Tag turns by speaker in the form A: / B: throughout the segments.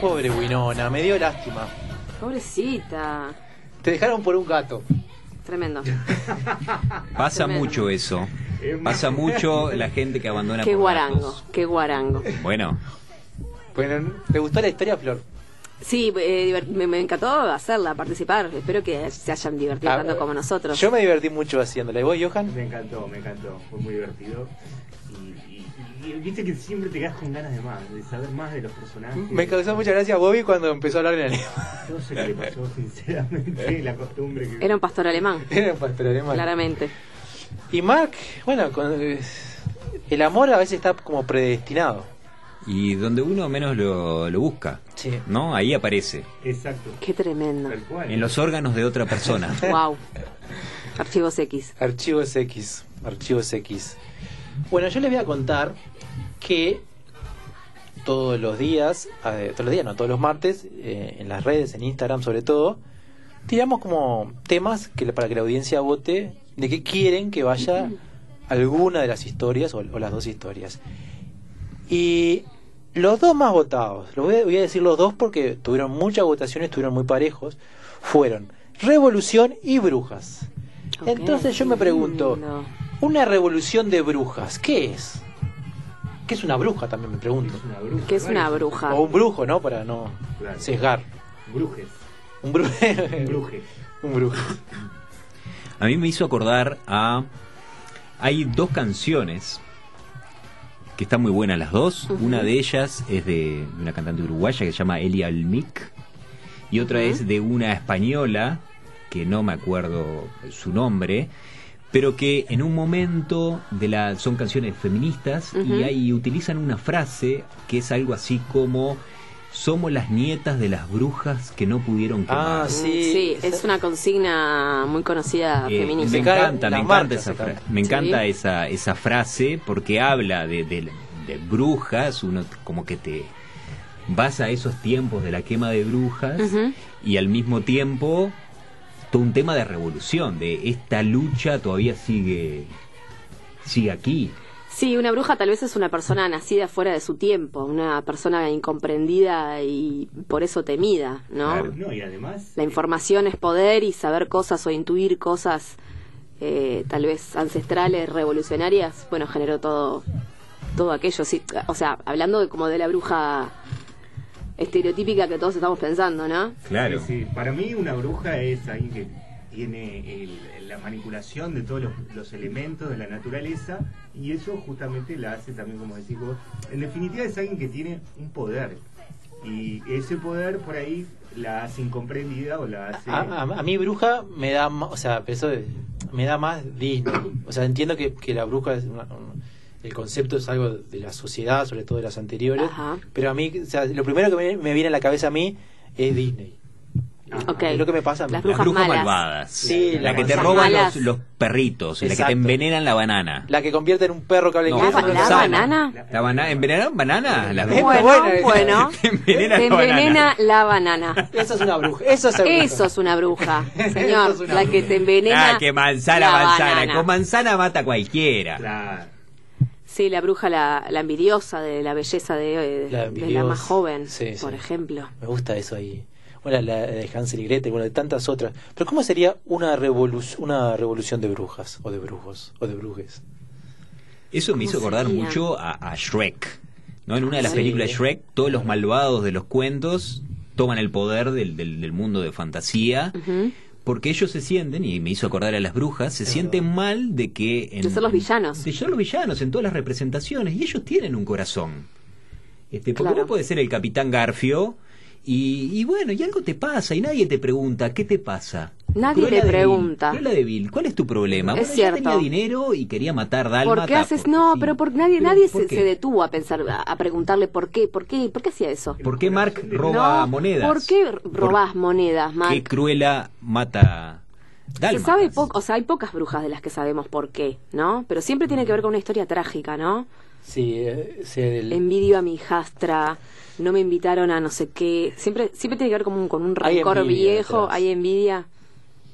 A: Pobre Winona, me dio lástima.
B: Pobrecita.
A: Te dejaron por un gato.
B: Tremendo.
C: Pasa
B: Tremendo.
C: mucho eso. Pasa mucho la gente que abandona
B: qué
C: por
B: guarango,
C: gatos.
B: qué guarango.
C: Bueno,
A: Bueno, ¿te gustó la historia, Flor?
B: Sí, eh, diver- me, me encantó hacerla, participar. Espero que se hayan divertido
A: Ah,
B: tanto como nosotros.
A: Yo me divertí mucho haciéndola. ¿Y vos, Johan?
D: Me encantó, me encantó, fue muy divertido. Y, y- y- y viste que siempre te quedas con ganas de más, de saber más de los personajes.
A: Me causó mucha gracia Bobby cuando empezó a hablar en alemán.
D: No sé qué le pasó, sinceramente, la costumbre que.
B: Era un pastor alemán,
A: Era un pastor alemán.
B: claramente.
A: Y Mark, bueno, con- eh, el amor a veces está como predestinado.
C: y donde uno menos lo, lo busca,
A: Sí.
C: ¿no? Ahí aparece,
D: Exacto,
B: Qué tremendo.
D: tal cual.
C: en los órganos de otra persona.
B: Wow. Archivos X.
A: Archivos X, archivos X. Bueno, yo les voy a contar que todos los días, eh, todos los días, no, todos los martes, eh, en las redes, en Instagram sobre todo, tiramos como temas que la- para que la audiencia vote de que quieren que vaya alguna de las historias o, o las dos historias. Y los dos más votados, los voy a, voy a decir los dos porque tuvieron muchas votaciones, estuvieron muy parejos, fueron Revolución y Brujas.
B: Ok,
A: Entonces yo me
B: qué
A: pregunto,
B: lindo.
A: una revolución de brujas, ¿qué es? ¿Qué es una bruja también me pregunto?
D: Es una bruja.
B: ¿Qué es una
D: claro,
B: bruja?
A: O un brujo, ¿no? Para no
D: Claro.
A: sesgar.
D: Brujes,
A: Un brujo.
D: brujes.
A: un brujo.
C: A mí me hizo acordar a... Hay dos canciones que están muy buenas las dos. Una de ellas es de una cantante uruguaya que se llama Elia Almic y otra es de una española que no me acuerdo su nombre, pero que en un momento de la son canciones feministas y,
B: Ujú.
C: hay- y utilizan una frase que es algo así como somos las nietas de las brujas que no pudieron quemar.
A: Ah, sí.
B: Mm, Sí, es una consigna muy conocida
C: Eh,
B: feminista.
C: Me
A: Se cagan
C: encanta, me
A: las
C: encanta,
A: marchas,
C: esa,
A: se
C: fra-
A: cagan.
C: me encanta
B: Sí.
C: esa, esa frase porque habla de, de- de brujas, uno como que te vas a esos tiempos de la quema de brujas
B: Ujú.
C: y al mismo tiempo todo un tema de revolución, de esta lucha todavía sigue, sigue aquí.
B: Sí, una bruja tal vez es una persona nacida fuera de su tiempo, una persona incomprendida y por eso temida, ¿no?
C: Claro.
D: No, y además.
B: La información es poder y saber cosas o intuir cosas eh, tal vez ancestrales, revolucionarias, bueno, generó todo todo aquello. Sí, o sea, hablando de, como de la bruja estereotípica que todos estamos pensando, ¿no?
C: Claro.
D: Sí, sí. Para mí una bruja es alguien que tiene el- la manipulación de todos los, los elementos de la naturaleza y eso justamente la hace también, como decís vos, en definitiva es alguien que tiene un poder y ese poder por ahí la hace incomprendida o la hace...
A: A, a- a mí bruja me da más, o sea, pero eso de- me da más Disney. O sea, entiendo que, que la bruja es una- un- el concepto es algo de la sociedad, sobre todo de las anteriores,
B: Ajá.
A: pero a mí, o sea, lo primero que me, me viene a la cabeza a mí es Disney.
D: Ajá.
B: Ok.
A: Es lo que me pasa a mí.
B: Las
C: Las
B: brujas
C: brujas
B: malas.
C: malvadas.
A: Sí,
C: la
A: las
C: que te
A: brujas
C: roban los,
B: malas.
C: los perritos, la que te
A: Exacto.
C: envenenan la banana.
A: La que convierte en un perro que habla
C: No,
A: inglés.
B: la- la
C: sana.
B: banana.
C: La, banana, ¿envenenaron banana? Las
A: Bueno,
C: brujas.
A: bueno,
B: bueno.
C: Te envenena
B: Te
C: la banana.
B: envenena la banana.
A: Eso es una bruja. Eso es, una bruja.
B: Eso es una bruja,
A: Eso
B: señor.
A: es una
B: la que
A: bruja.
B: te envenena.
C: Ah, que manzana,
B: la
C: manzana.
B: banana.
C: Con manzana mata a cualquiera.
D: Claro.
B: Sí, la bruja, la, la envidiosa de la belleza de,
A: La
B: de- de la más
A: envidiosa.
B: joven,
A: Sí, sí.
B: por ejemplo.
A: Me gusta eso ahí. Bueno, la de Hansel y Gretel, bueno, de tantas otras. Pero ¿cómo sería una, revolu una revolución de brujas? O de brujos, o de brujes.
C: Eso me hizo
B: ¿Cómo
C: acordar
B: sería?
C: mucho a, a Shrek. ¿no? En una de las
B: Sí.
C: películas de Shrek, todos los malvados de los cuentos toman el poder del, del- del mundo de fantasía.
B: Ujú.
C: Porque ellos se sienten, y me hizo acordar a las brujas, se sienten mal de que... en-
B: De ser los villanos.
C: De ser los villanos en todas las representaciones. Y ellos tienen un corazón. Este, porque
B: Claro.
C: vos podés ser el Capitán Garfio y, y bueno, y algo te pasa y nadie te pregunta, ¿qué te pasa?
B: Nadie
C: Cruella
B: te
C: de Vil,
B: pregunta.
C: Cruella de Vil, ¿cuál es tu problema?
B: Es
C: Bueno, yo
B: cierto.
C: tenía dinero y quería matar dálmata.
B: ¿Por qué haces?
C: porque
B: No,
C: sí.
B: pero por nadie,
C: Pero
B: nadie
C: ¿por
B: se,
C: qué?
B: se detuvo a pensar, a, a preguntarle por qué, por qué, por qué hacía eso.
C: ¿Por qué Mark roba
B: No,
C: monedas?
B: ¿Por qué robás monedas, Mark?
C: ¿Qué Cruella mata
B: Se
C: dálmatas?
B: sabe poco, o sea, hay pocas brujas de las que sabemos por qué, ¿no? Pero siempre tiene que ver con una historia trágica, ¿no?
A: Sí, eh, sí, el-
B: Envidio a mi hijastra, no me invitaron a no sé qué. Siempre siempre tiene que ver como un- con un
A: Hay
B: rencor
A: envidia
B: viejo,
A: detrás.
B: hay envidia.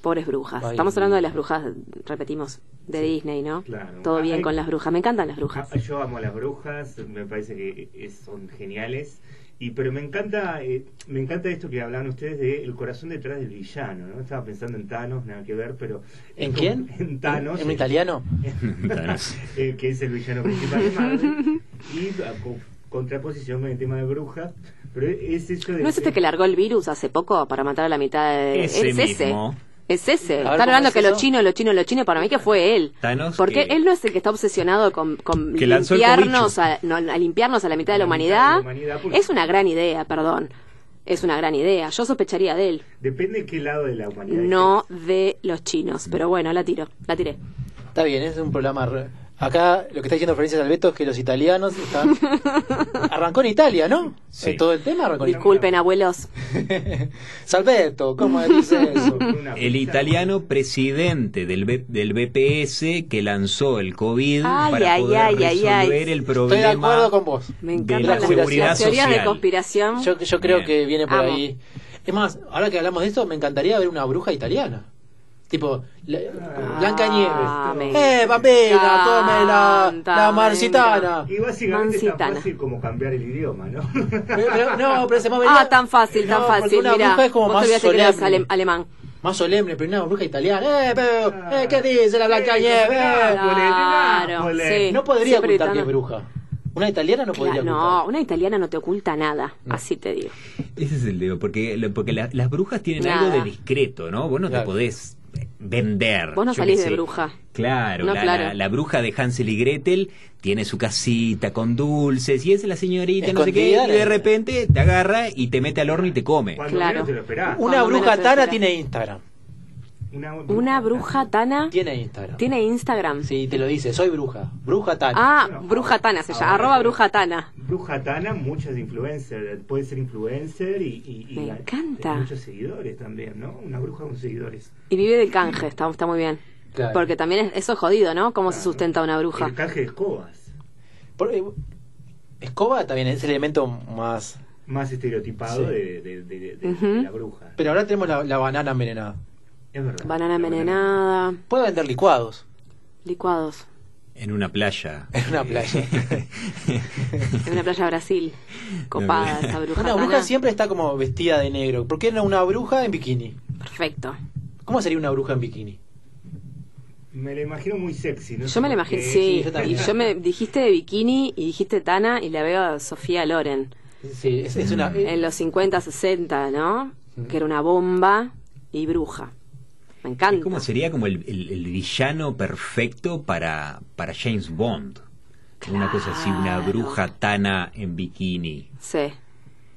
B: pobres brujas.
A: Ay.
B: Estamos hablando de las brujas, repetimos, de Disney, ¿no?
D: claro. Ah,
B: Todo bien
D: Hay-
B: con las brujas. Me encantan las brujas.
D: Ah, Yo amo las brujas, me parece que es- son geniales. Y pero me encanta, eh, me encanta esto que hablan ustedes de el corazón detrás del villano, ¿no? Estaba pensando en Thanos, nada que ver, pero
A: ¿En
D: es
A: quién?
D: como- En Thanos.
A: ¿En un italiano?
C: Thanos.
D: eh, que es el villano principal de Marvel. Y a co- contraposición con el tema de brujas, pero es eso de
B: ¿No es este que largó el virus hace poco para matar a la mitad de...
C: Ese
B: es
C: mismo.
B: ese. Es ese.
A: ver,
B: Están
A: ¿cómo
B: hablando
A: es
B: que los
A: eso?
B: chinos, los chinos, los chinos, para mí que fue él.
C: Thanos
B: Porque
C: que-
B: él no es el que está obsesionado con, con
C: Que lanzó el
B: limpiarnos,
C: cobicho.
B: a, no, a limpiarnos a la mitad de la
D: A la mitad de la
B: humanidad.
D: humanidad, porque-
B: Es una gran idea, perdón. Es una gran idea. Yo sospecharía de él,
D: depende de qué lado de la humanidad.
B: no de los chinos. Pero bueno, la tiro, la tiré.
A: Está bien, es un programa. re- Acá lo que está diciendo Florencia Salveto es que los italianos están. arrancó en Italia, ¿no?
C: Sí.
A: Eh, Todo el tema arrancó en Italia.
B: Disculpen, abuelos.
A: Salveto, ¿cómo dice eso?
C: El italiano presidente del, B- del BPS que lanzó el COVID
B: Ay,
C: para
B: ay,
C: poder
B: ay, ay, ay.
C: resolver el
A: Estoy
C: problema.
A: de acuerdo con vos.
B: Me
C: De
B: encantan
A: la
B: las
A: seguridad
B: las teorías de
C: social.
B: conspiración.
A: Yo, yo creo
C: Bien.
A: que viene por
B: Amo.
A: ahí. Es más, ahora que hablamos de esto, me encantaría ver una bruja italiana. Tipo, la- Blanca
B: Ah,
A: Nieves.
B: me
A: ¡Eh, vampira! ¡Come la,
B: encanta,
A: la
B: me
A: marcitana!
D: Y básicamente es tan
B: Mancitana.
D: fácil como cambiar el idioma, ¿no?
A: Pero- pero- no, pero se me venía-
B: Ah, tan fácil, tan
A: No, porque
B: fácil.
A: Una
B: Mira,
A: bruja es como
B: vos
A: más
B: te olvidaste que eras
A: solemne.
B: alem- alemán.
A: Más solemne, pero una bruja italiana. ¡Eh, pero! eh, ¿Qué dice la Blanca Nieves? Eh.
B: Claro, sí.
A: No podría
B: Siempre
A: ocultar
B: tan-
A: que es bruja. Una italiana no podría
B: no,
A: ocultar.
B: una italiana no te oculta nada, así te digo.
C: Ese es el tema, porque, lo- porque la- las brujas tienen
B: Nada.
C: algo de discreto, ¿no? Vos no
A: Claro.
C: te podés vender.
B: Vos no
C: yo
B: salís
C: qué
B: de bruja.
C: Claro,
B: No,
C: la,
B: claro.
C: la- la bruja de Hansel y Gretel tiene su casita con dulces y es la señorita, no sé qué,
A: Escondida,
C: y de
A: ¿no?
C: repente te agarra y te mete al horno y te come.
D: Cuando
B: Claro.
D: menos te lo esperás.
A: Una
B: Cuando menos
A: bruja
B: te
A: tana
B: esperás.
A: tiene Instagram.
D: Una,
B: Una bruja tana
A: Tiene Instagram.
B: tiene Instagram.
A: Sí, te lo dice, soy bruja. Bruja tana.
B: Ah, bruja tana se llama,
D: Ahora,
B: arroba bruja tana.
D: Bruja Tana, muchas influencers. Puede ser influencer y. y- y
B: Me
D: la-
B: encanta.
D: Muchos seguidores también, ¿no? Una bruja con seguidores.
B: Y vive del canje, está, está muy bien.
A: Claro.
B: Porque también es- eso es jodido, ¿no? ¿Cómo se
D: Claro.
B: sustenta una bruja?
D: El caje de escobas.
A: Por- eh, escoba también es el elemento más.
D: Más estereotipado
A: Sí.
D: de, de- de- de- de
B: Ujú.
D: la bruja.
A: Pero ahora tenemos la, la banana envenenada.
D: Es verdad.
B: Banana
D: La
B: envenenada,
A: Puede vender licuados
B: licuados,
C: En una playa.
A: en una playa.
B: en una playa de Brasil. Copada esa bruja
A: una bruja
B: tana.
A: siempre está como vestida de negro. ¿Por qué no una bruja en bikini?
B: Perfecto.
A: ¿Cómo sería una bruja en bikini?
D: Me la imagino muy sexy, ¿no? Eh,
B: Yo me la
D: Porque-
B: imagino, sí.
A: sí, yo
B: y
A: también.
B: yo me dijiste de bikini y dijiste Tana y la veo a Sofía Loren.
A: Sí, es, es una.
B: En los 50, 60, ¿no?
A: Sí.
B: Que era una bomba y bruja. Me encanta.
C: ¿Cómo sería como el, el- el villano perfecto para, para James Bond? Una cosa así, una
B: Claro.
C: bruja tana en bikini.
B: Sí.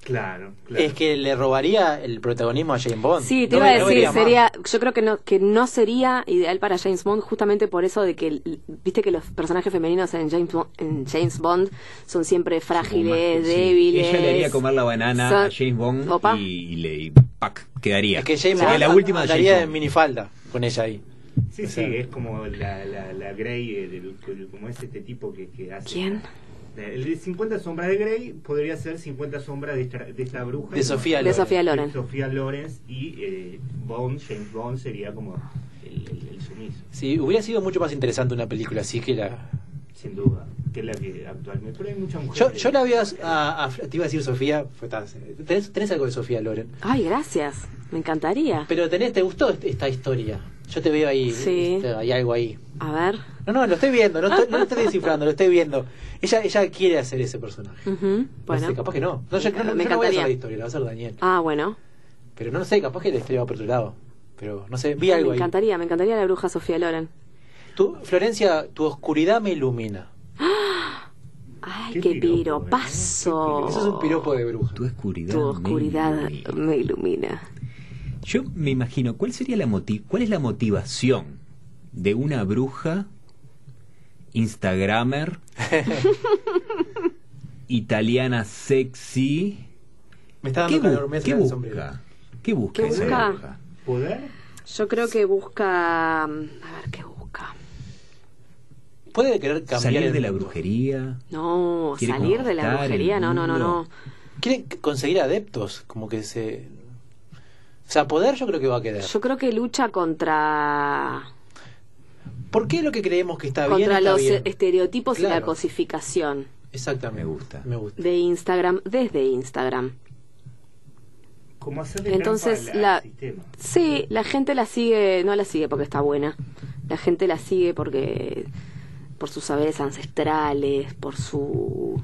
D: Claro, claro.
A: Es que le robaría el protagonismo a Jane Bond.
B: Sí, te
A: No
B: iba a
A: me- no
B: decir,
A: vería más.
B: sería, yo creo que no, que no sería ideal para James Bond justamente por eso de que, l- viste que los personajes femeninos en James Bond, en James Bond son siempre frágiles,
C: Sí.
B: débiles.
C: Ella le haría comer la banana a
B: son-
C: James Bond
B: Opa.
C: y, y le y pac, quedaría.
A: Es que Jane
C: Sería
A: Bond
C: la última de
A: andaría
C: James
A: en
C: Bond.
A: minifalda con ella ahí.
D: Sí,
A: O sea-
D: sí, es como la, la, la Grey, eh, del- del- como es este tipo que, que hace.
B: ¿Quién?
D: El de 50 sombras de Grey podría ser 50 sombras de esta, de esta bruja.
A: De Sofía
B: De
A: Loren.
B: Sofía Loren.
D: De Sofía Loren y eh, Bond, James Bond sería como el, el- el sumiso,
A: Sí, hubiera sido mucho más interesante una película así que la.
D: sin duda, que es la que actualmente. Pero hay muchas
A: Yo,
D: mujeres.
A: yo la veo a, a- Te iba a decir Sofía. Fue tan, tenés, tenés algo de Sofía, Loren.
B: Ay, gracias. Me encantaría.
A: Pero tenés, ¿te gustó est- esta historia? Yo te veo ahí.
B: Sí.
A: este, hay algo ahí.
B: A ver.
A: No, no, lo estoy viendo. No, estoy- no lo estoy descifrando, lo estoy viendo. Ella, ella quiere hacer ese personaje.
B: Ujú,
A: No sé,
B: Bueno.
A: capaz que no. No, yo,
B: Me
A: no, no-
B: encantaría.
A: yo no voy a hacer la historia, la va a hacer Daniel.
B: Ah, bueno.
A: Pero no sé, capaz que la historia va por otro lado. Pero no sé, vi algo
B: Ah, me
A: ahí.
B: encantaría, me encantaría la bruja Sofía Loren.
A: Tú, Florencia, tu oscuridad me ilumina.
B: Ay,
D: Qué
B: qué,
D: piropo, ¿eh?
B: piropazo.
A: Eso es un piropo de bruja.
C: Tu oscuridad.
B: Tu
C: me
B: oscuridad
C: ilumina.
B: me ilumina.
C: Yo me imagino, ¿cuál sería la moti- cuál es la motivación de una bruja instagramer italiana sexy?
A: Me está
C: ¿Qué,
A: dando
C: bu-
A: calor, me hace
C: qué
A: el sombrero.
C: busca? ¿Qué busca
B: ¿Qué
C: esa
B: busca?
C: bruja?
D: ¿Poder?
B: Yo creo que busca. mm, A ver, ¿qué busca?
A: Puede querer cambiar
C: ¿Salir
A: el
C: de la
A: mundo.
C: brujería?
B: No,
C: Quiere
B: salir de la
C: conquistar el
B: brujería, no, no, no, no.
C: mundo.
A: Quiere c- conseguir adeptos, como que se O sea, poder yo creo que va a quedar.
B: Yo creo que lucha contra
A: ¿Por qué lo que creemos que está bien
B: contra
A: está
B: los
A: bien?
B: estereotipos y la
A: Claro.
B: cosificación
A: Exactamente.
C: Me gusta.
A: Me gusta.
B: de Instagram desde Instagram.
D: Como hacerle
B: Entonces,
D: trampa al-
B: la-
D: al sistema.
B: Sí, la gente la sigue, no la sigue porque está buena. La gente la sigue porque por sus saberes ancestrales, por su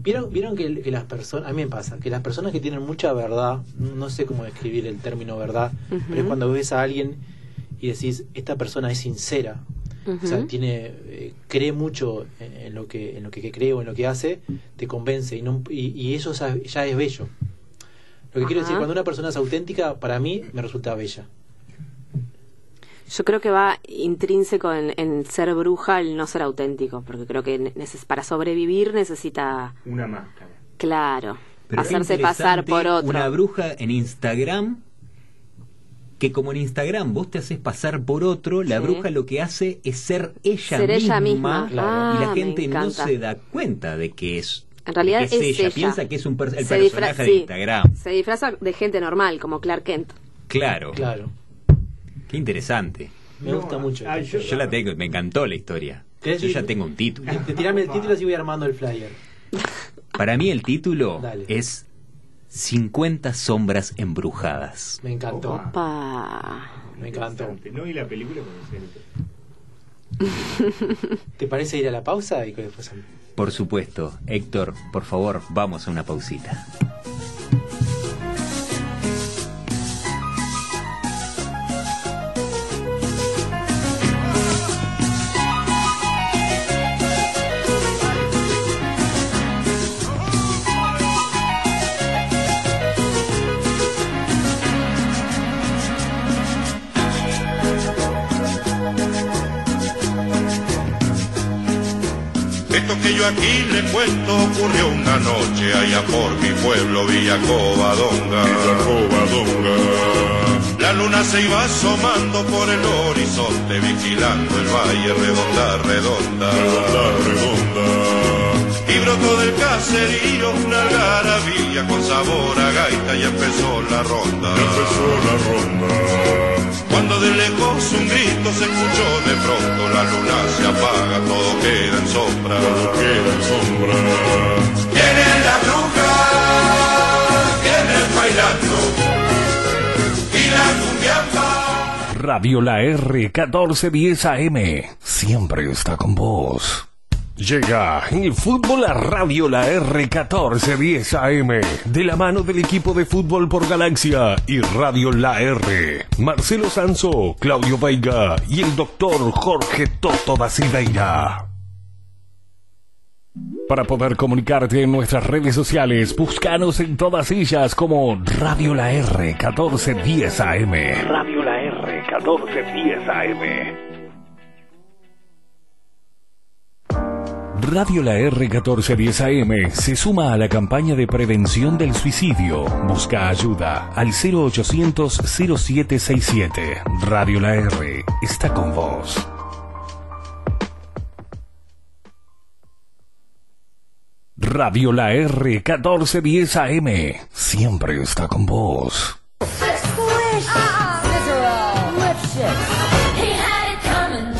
A: ¿Vieron, vieron que, que las personas, a mí me pasa, que las personas que tienen mucha verdad, no sé cómo describir el término verdad,
B: Ujú.
A: pero es cuando ves a alguien y decís, esta persona es sincera, o sea,
B: Ujú.
A: tiene, eh, cree mucho en, en lo que, en lo que, que cree o en lo que hace, te convence y, no, y, y eso ya, ya es bello. Lo que quiero
B: Ajá.
A: decir, cuando una persona es auténtica, para mí me resulta bella.
B: Yo creo que va intrínseco en, en ser bruja el no ser auténtico, porque creo que neces- para sobrevivir necesita,
D: Una máscara.
B: claro,
C: Pero qué
B: hacerse pasar
C: interesante,
B: por otro.
C: Una bruja en Instagram, que como en Instagram vos te haces pasar por otro, la
B: Sí.
C: bruja lo que hace es ser ella
B: Ser
C: misma.
B: ella misma.
A: Claro.
C: Y
B: Ah,
C: la
B: me
C: gente no
B: encanta.
C: se da cuenta de que es.
B: En realidad
C: de que es,
B: es
C: ella.
B: ella.
C: Piensa que es un per- el
B: Se
C: personaje
B: disfra-
C: de
B: sí.
C: Instagram.
B: Se disfraza de gente normal, como Clark Kent.
C: Claro.
A: Claro,
C: Qué interesante.
A: me
D: No,
A: gusta mucho.
D: ah,
C: Yo la tengo, me encantó la historia. Yo
A: ¿Querés
C: ya
A: ir?
C: tengo un título.
A: Te tirame el título y así voy armando el flyer.
C: Para mí el título
A: Dale.
C: es 50 sombras embrujadas.
A: Me encantó,
D: Opa.
B: Pa.
A: me encantó.
D: Interesante. No vi la película, pero sé lo que-
A: ¿Te parece ir a la pausa y que después
C: Por supuesto, Héctor, por favor, vamos a una pausita.
E: Esto que yo aquí le cuento ocurrió una noche allá por mi pueblo Villacobadonga. La luna se iba asomando por el horizonte, vigilando el valle redonda, redonda. Y brotó del caserío una algarabía con sabor a gaita y empezó la ronda. Cuando de lejos un grito se escuchó de pronto, la luna se apaga, todo queda en sombra. Todo queda en sombra. Viene la bruja, viene bailando, y la cumbiamba.
F: Radio La R 1410 AM siempre está con vos. Llega el fútbol a Radio La R 1410 AM de la mano del equipo de fútbol por Galaxia y Radio La R. Marcelo Sanso, Claudio Veiga y el doctor Jorge Toto da Silveira. Para poder comunicarte en nuestras redes sociales, búscanos en todas ellas como Radio La R 1410 AM. Radio La R 1410 AM. Radio La R 1410 AM se suma a la campaña de prevención del suicidio. Busca ayuda al 0800 0767. Radio La R está con vos. Radio La R 1410 AM siempre está con vos.
G: Squish! Cicero! Lipschitz!
H: He had it coming.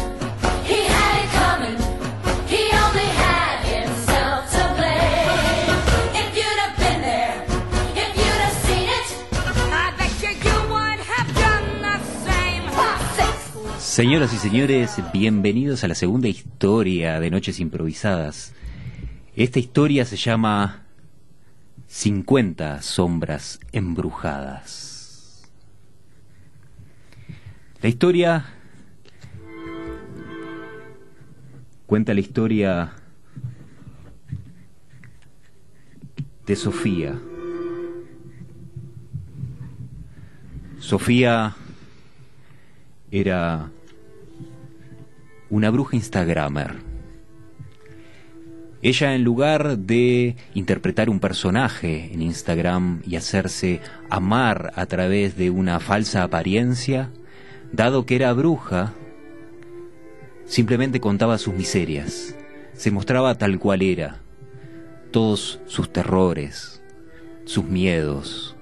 H: He had it coming. He only had himself to blame. If you'd have been there, if you'd have seen it, I bet you you would have done the same.
C: Señoras y señores, bienvenidos a la segunda historia de Noches Improvisadas. Esta historia se llama 50 sombras embrujadas. La historia cuenta la historia de Sofía. Sofía era una bruja Instagramer. Ella en lugar de interpretar un personaje en Instagram y hacerse amar a través de una falsa apariencia, dado que era bruja, simplemente contaba sus miserias, se mostraba tal cual era, todos sus terrores, sus miedos,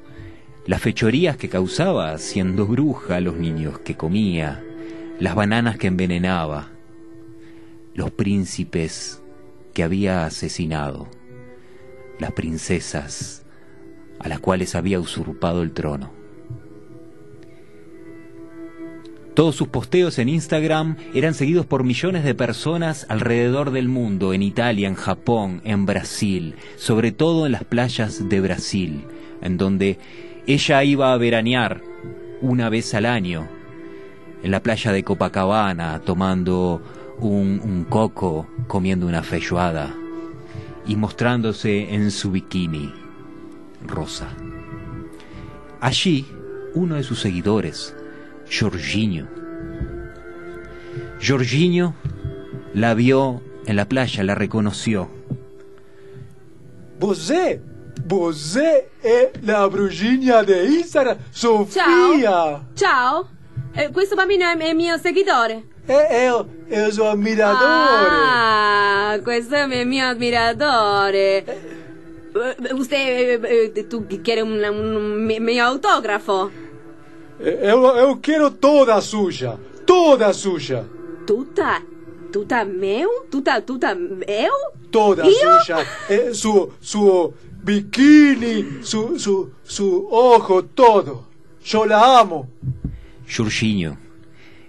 C: las fechorías que causaba siendo bruja a los niños que comía, las bananas que envenenaba, los príncipes que había asesinado, las princesas a las cuales había usurpado el trono. Todos sus posteos en Instagram eran seguidos por millones de personas alrededor del mundo, en Italia, en Japón, en Brasil, sobre todo en las playas de Brasil, en donde ella iba a veranear una vez al año, en la playa de Copacabana, tomando un, un coco, comiendo una feijoada y mostrándose en su bikini rosa. Allí, uno de sus seguidores, Jorginho. Jorginho la vio en la playa, la reconoció.
I: Você, você é la brujinha de Instagram, Sofia!
B: Ciao! Eh, questo bambino è, è mio seguitore.
C: Eh,
I: É
C: oh.
I: eu, eu sou admirador.
B: Ah, questo è mi- mio ammiratore. Eh, Usted, eh, eh, tu quiere un, un- un mi- mio autografo?
I: Eu, eu quero toda suja, toda suja,
B: Tutta, tutta meu? Tutta, tutta meu?
I: toda
B: Io?
I: suja. É, su, su biquíni, su, su, su ojo, todo. Yo la amo.
C: Jorginho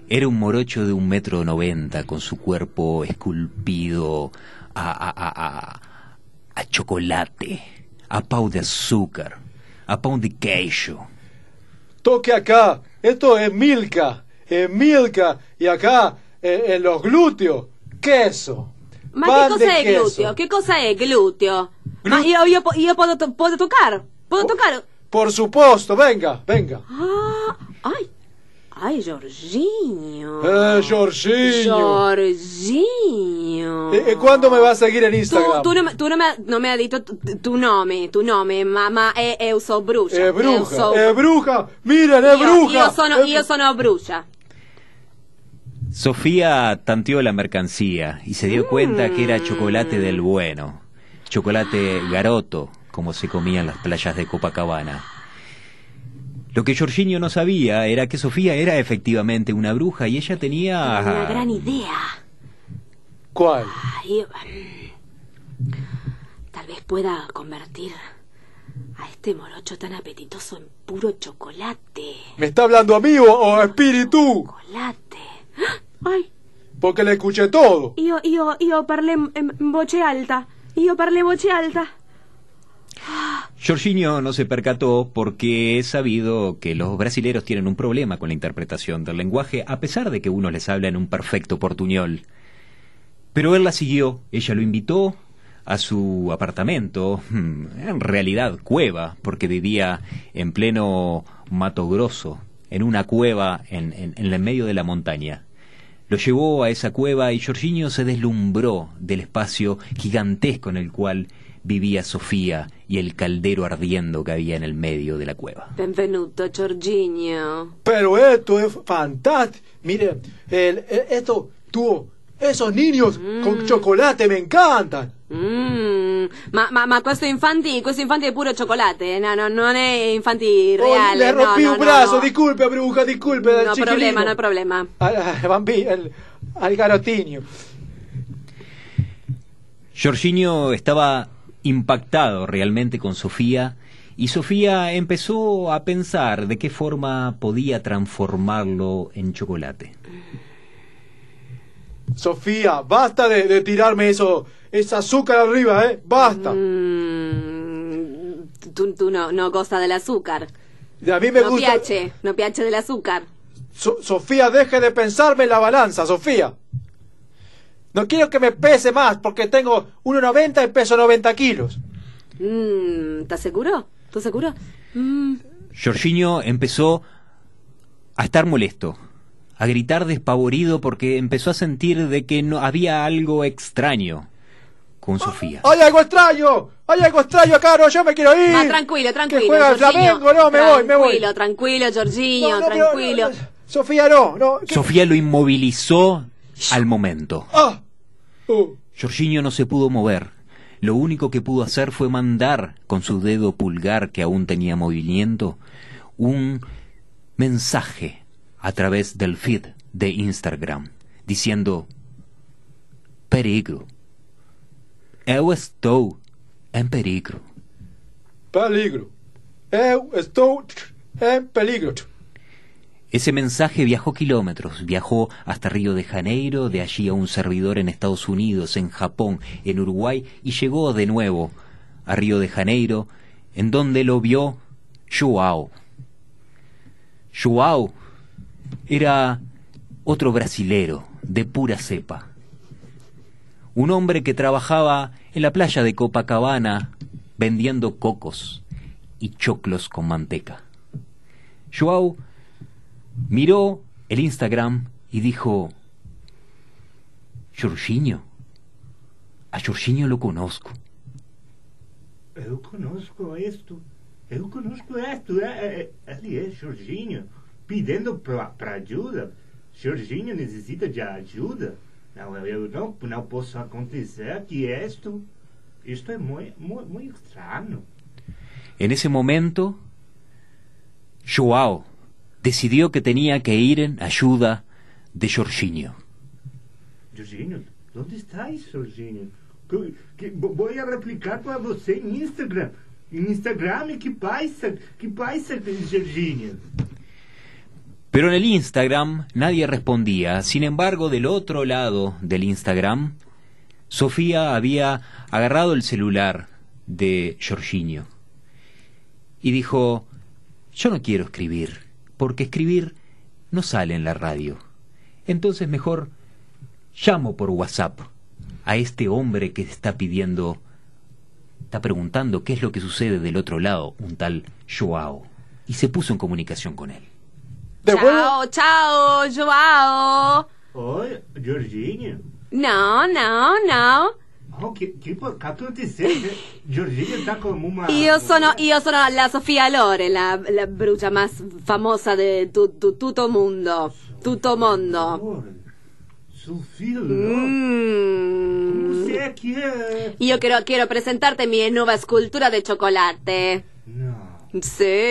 C: era un morocho de un metro noventa con su cuerpo esculpido a, a- a- a- a chocolate, a pau de azúcar, a pau de queijo.
I: Toque acá, esto es milka, es milka, y acá eh, en los glúteos, queso.
B: Ma
I: pan
B: che
I: de
B: cosa è
I: queso.
B: gluteo? Che cosa è gluteo? Ma io, io, po- io posso, to- posso toccare? Posso
I: Oh.
B: toccare?
I: Por supuesto, venga, venga.
B: Ah, ai, ai, Jorginho.
I: Eh, Jorginho.
B: Jorginho.
I: ¿Y- y cuándo me va a seguir en
B: Tu,
I: Instagram?
B: tu, non, mi- tu non mi ha- non mi hai detto t- tu nome, tu nome, ma, ma eh, è, è uso brucia.
I: Es
B: Io
I: Eh, bruja,
B: so-
I: es bruja, miren,
B: io-
I: es bruja. Eh.
B: Io sono,
I: es-
B: io sono brucia.
C: Sofía tanteó la mercancía y se dio cuenta que era chocolate del bueno, chocolate garoto, como se comía en las playas de Copacabana. Lo que Jorginho no sabía era que Sofía era efectivamente una bruja y ella tenía...
B: Una gran idea.
I: ¿Cuál?
B: Ah, io- Tal vez pueda convertir a este morocho tan apetitoso en puro chocolate.
I: ¿Me está hablando a mí o, o a espíritu?
B: Chocolate. Ay,
I: Porque le escuché todo.
B: io, io, io parlé in, in voce alta. Io parlé in voce alta.
C: Jorginho no se percató porque es sabido que los brasileros tienen un problema con la interpretación del lenguaje, a pesar de que uno les habla en un perfecto portuñol. Pero él la siguió, ella lo invitó a su apartamento, hmm, en realidad cueva, porque vivía en pleno Mato Grosso, en una cueva en, en- en el medio de la montaña. Lo llevó a esa cueva y Jorginho se deslumbró del espacio gigantesco en el cual vivía Sofía y el caldero ardiendo que había en el medio de la cueva.
B: Benvenuto, Giorginio.
I: Pero esto es fantástico. Mire, el- el- esto, tú, esos niños con chocolate me encantan.
B: Mm, ma, ma, ma questo infanti, questo infanti è puro cioccolate, no, no, non è infanti
I: Oh,
B: reale.
I: le
B: no,
I: rompí
B: no,
I: un
B: no,
I: brazo,
B: no.
I: disculpe, bruja, disculpe.
B: No
I: chiquilino.
B: problema, no problema.
I: Al, al vampi- al- al garotinho.
C: Jorginho estaba impactado realmente con Sofía y Sofía empezó a pensar de qué forma podía transformarlo en chocolate.
I: Sofía, basta de, de tirarme eso, esa azúcar arriba, ¿eh? Basta.
B: Mm, tu, tu no, no goza dell'azúcar.
I: Y A mí me
B: No
I: gusta.
B: piace, no piace dell'azúcar.
I: So- Sofía, deje de pensarme en la balanza, Sofía. No quiero que me pese más porque tengo 1,90 y peso 90 kilos.
B: Mm, ¿Estás seguro? ¿Estás seguro? Mm,
C: Jorginho empezó a estar molesto, a gritar despavorido porque empezó a sentir de que no había algo extraño con Sofía.
I: ¡Hay algo extraño! ¡Hay algo extraño acá! ¡No, yo me quiero ir!
B: ma tranquillo, tranquillo.
I: ¡Que juega el
B: Giorginio.
I: Flamengo! ¡No, me voy, me voy!
B: Tranquillo, tranquillo, Giorginio,
I: No, no, pero-
B: tranquillo.
I: Sofía, no, no. ¿qué?
C: Sofía lo inmovilizó al momento.
I: ¡Ah! Uh,
C: Jorginho no se pudo mover. Lo único que pudo hacer fue mandar con su dedo pulgar, que aún tenía movimiento, un mensaje a través del feed de Instagram, diciendo, peligro. Eu estou en peligro.
I: Peligro. Eu estou em peligro.
C: Ese mensaje viajó kilómetros, viajó hasta Río de Janeiro, de allí a un servidor en Estados Unidos, en Japón, en Uruguay, y llegó de nuevo a Río de Janeiro, en donde lo vio Joao. Joao era otro brasilero, de pura cepa. Un hombre que trabajaba en la playa de Copacabana vendiendo cocos y choclos con manteca. Joao miró el Instagram y dijo, Jorginho, a Jorginho lo conozco.
D: Eu conozco esto. Eu conozco esto. É, é, ali é Jorginho pedindo pra, pra ajuda. Jorginho necessita de ajuda. Não, eu eu não, não posso acontecer que isto. Isto é muito, muito, muito estranho.
C: En ese momento, Joao decidió que tenía que ir en ayuda de Jorginho.
D: Jorginho, onde estás, Jorginho? Que, que, vo- vou a replicar para você em Instagram. Em Instagram, que paisa, que paisa, Jorginho.
C: Pero en el Instagram nadie respondía. Sin embargo, del otro lado del Instagram, Sofía había agarrado el celular de Jorginho y dijo, yo no quiero escribir, porque escribir no sale en la radio. Entonces mejor llamo por WhatsApp a este hombre que está pidiendo, está preguntando qué es lo que sucede del otro lado, un tal Joao. Y se puso en comunicación con él.
I: Devuelvo,
B: Chao, chao, Joao.
D: Oi, Jorginho.
B: No, no, no.
D: Oh, que, que po- que aconteceu? Jorginho está como
I: Ah.
D: uma.
B: Y yo sono, y yo sono la Sofía Lore, la, la bruja más famosa de tu, tu, tutto mundo. Tutto mondo.
D: Amor, Seu filho, não?
B: Mm.
D: Você é que é.
B: Y yo quiero, quiero presentarte mi nueva escultura de chocolate.
D: Não.
B: Sí.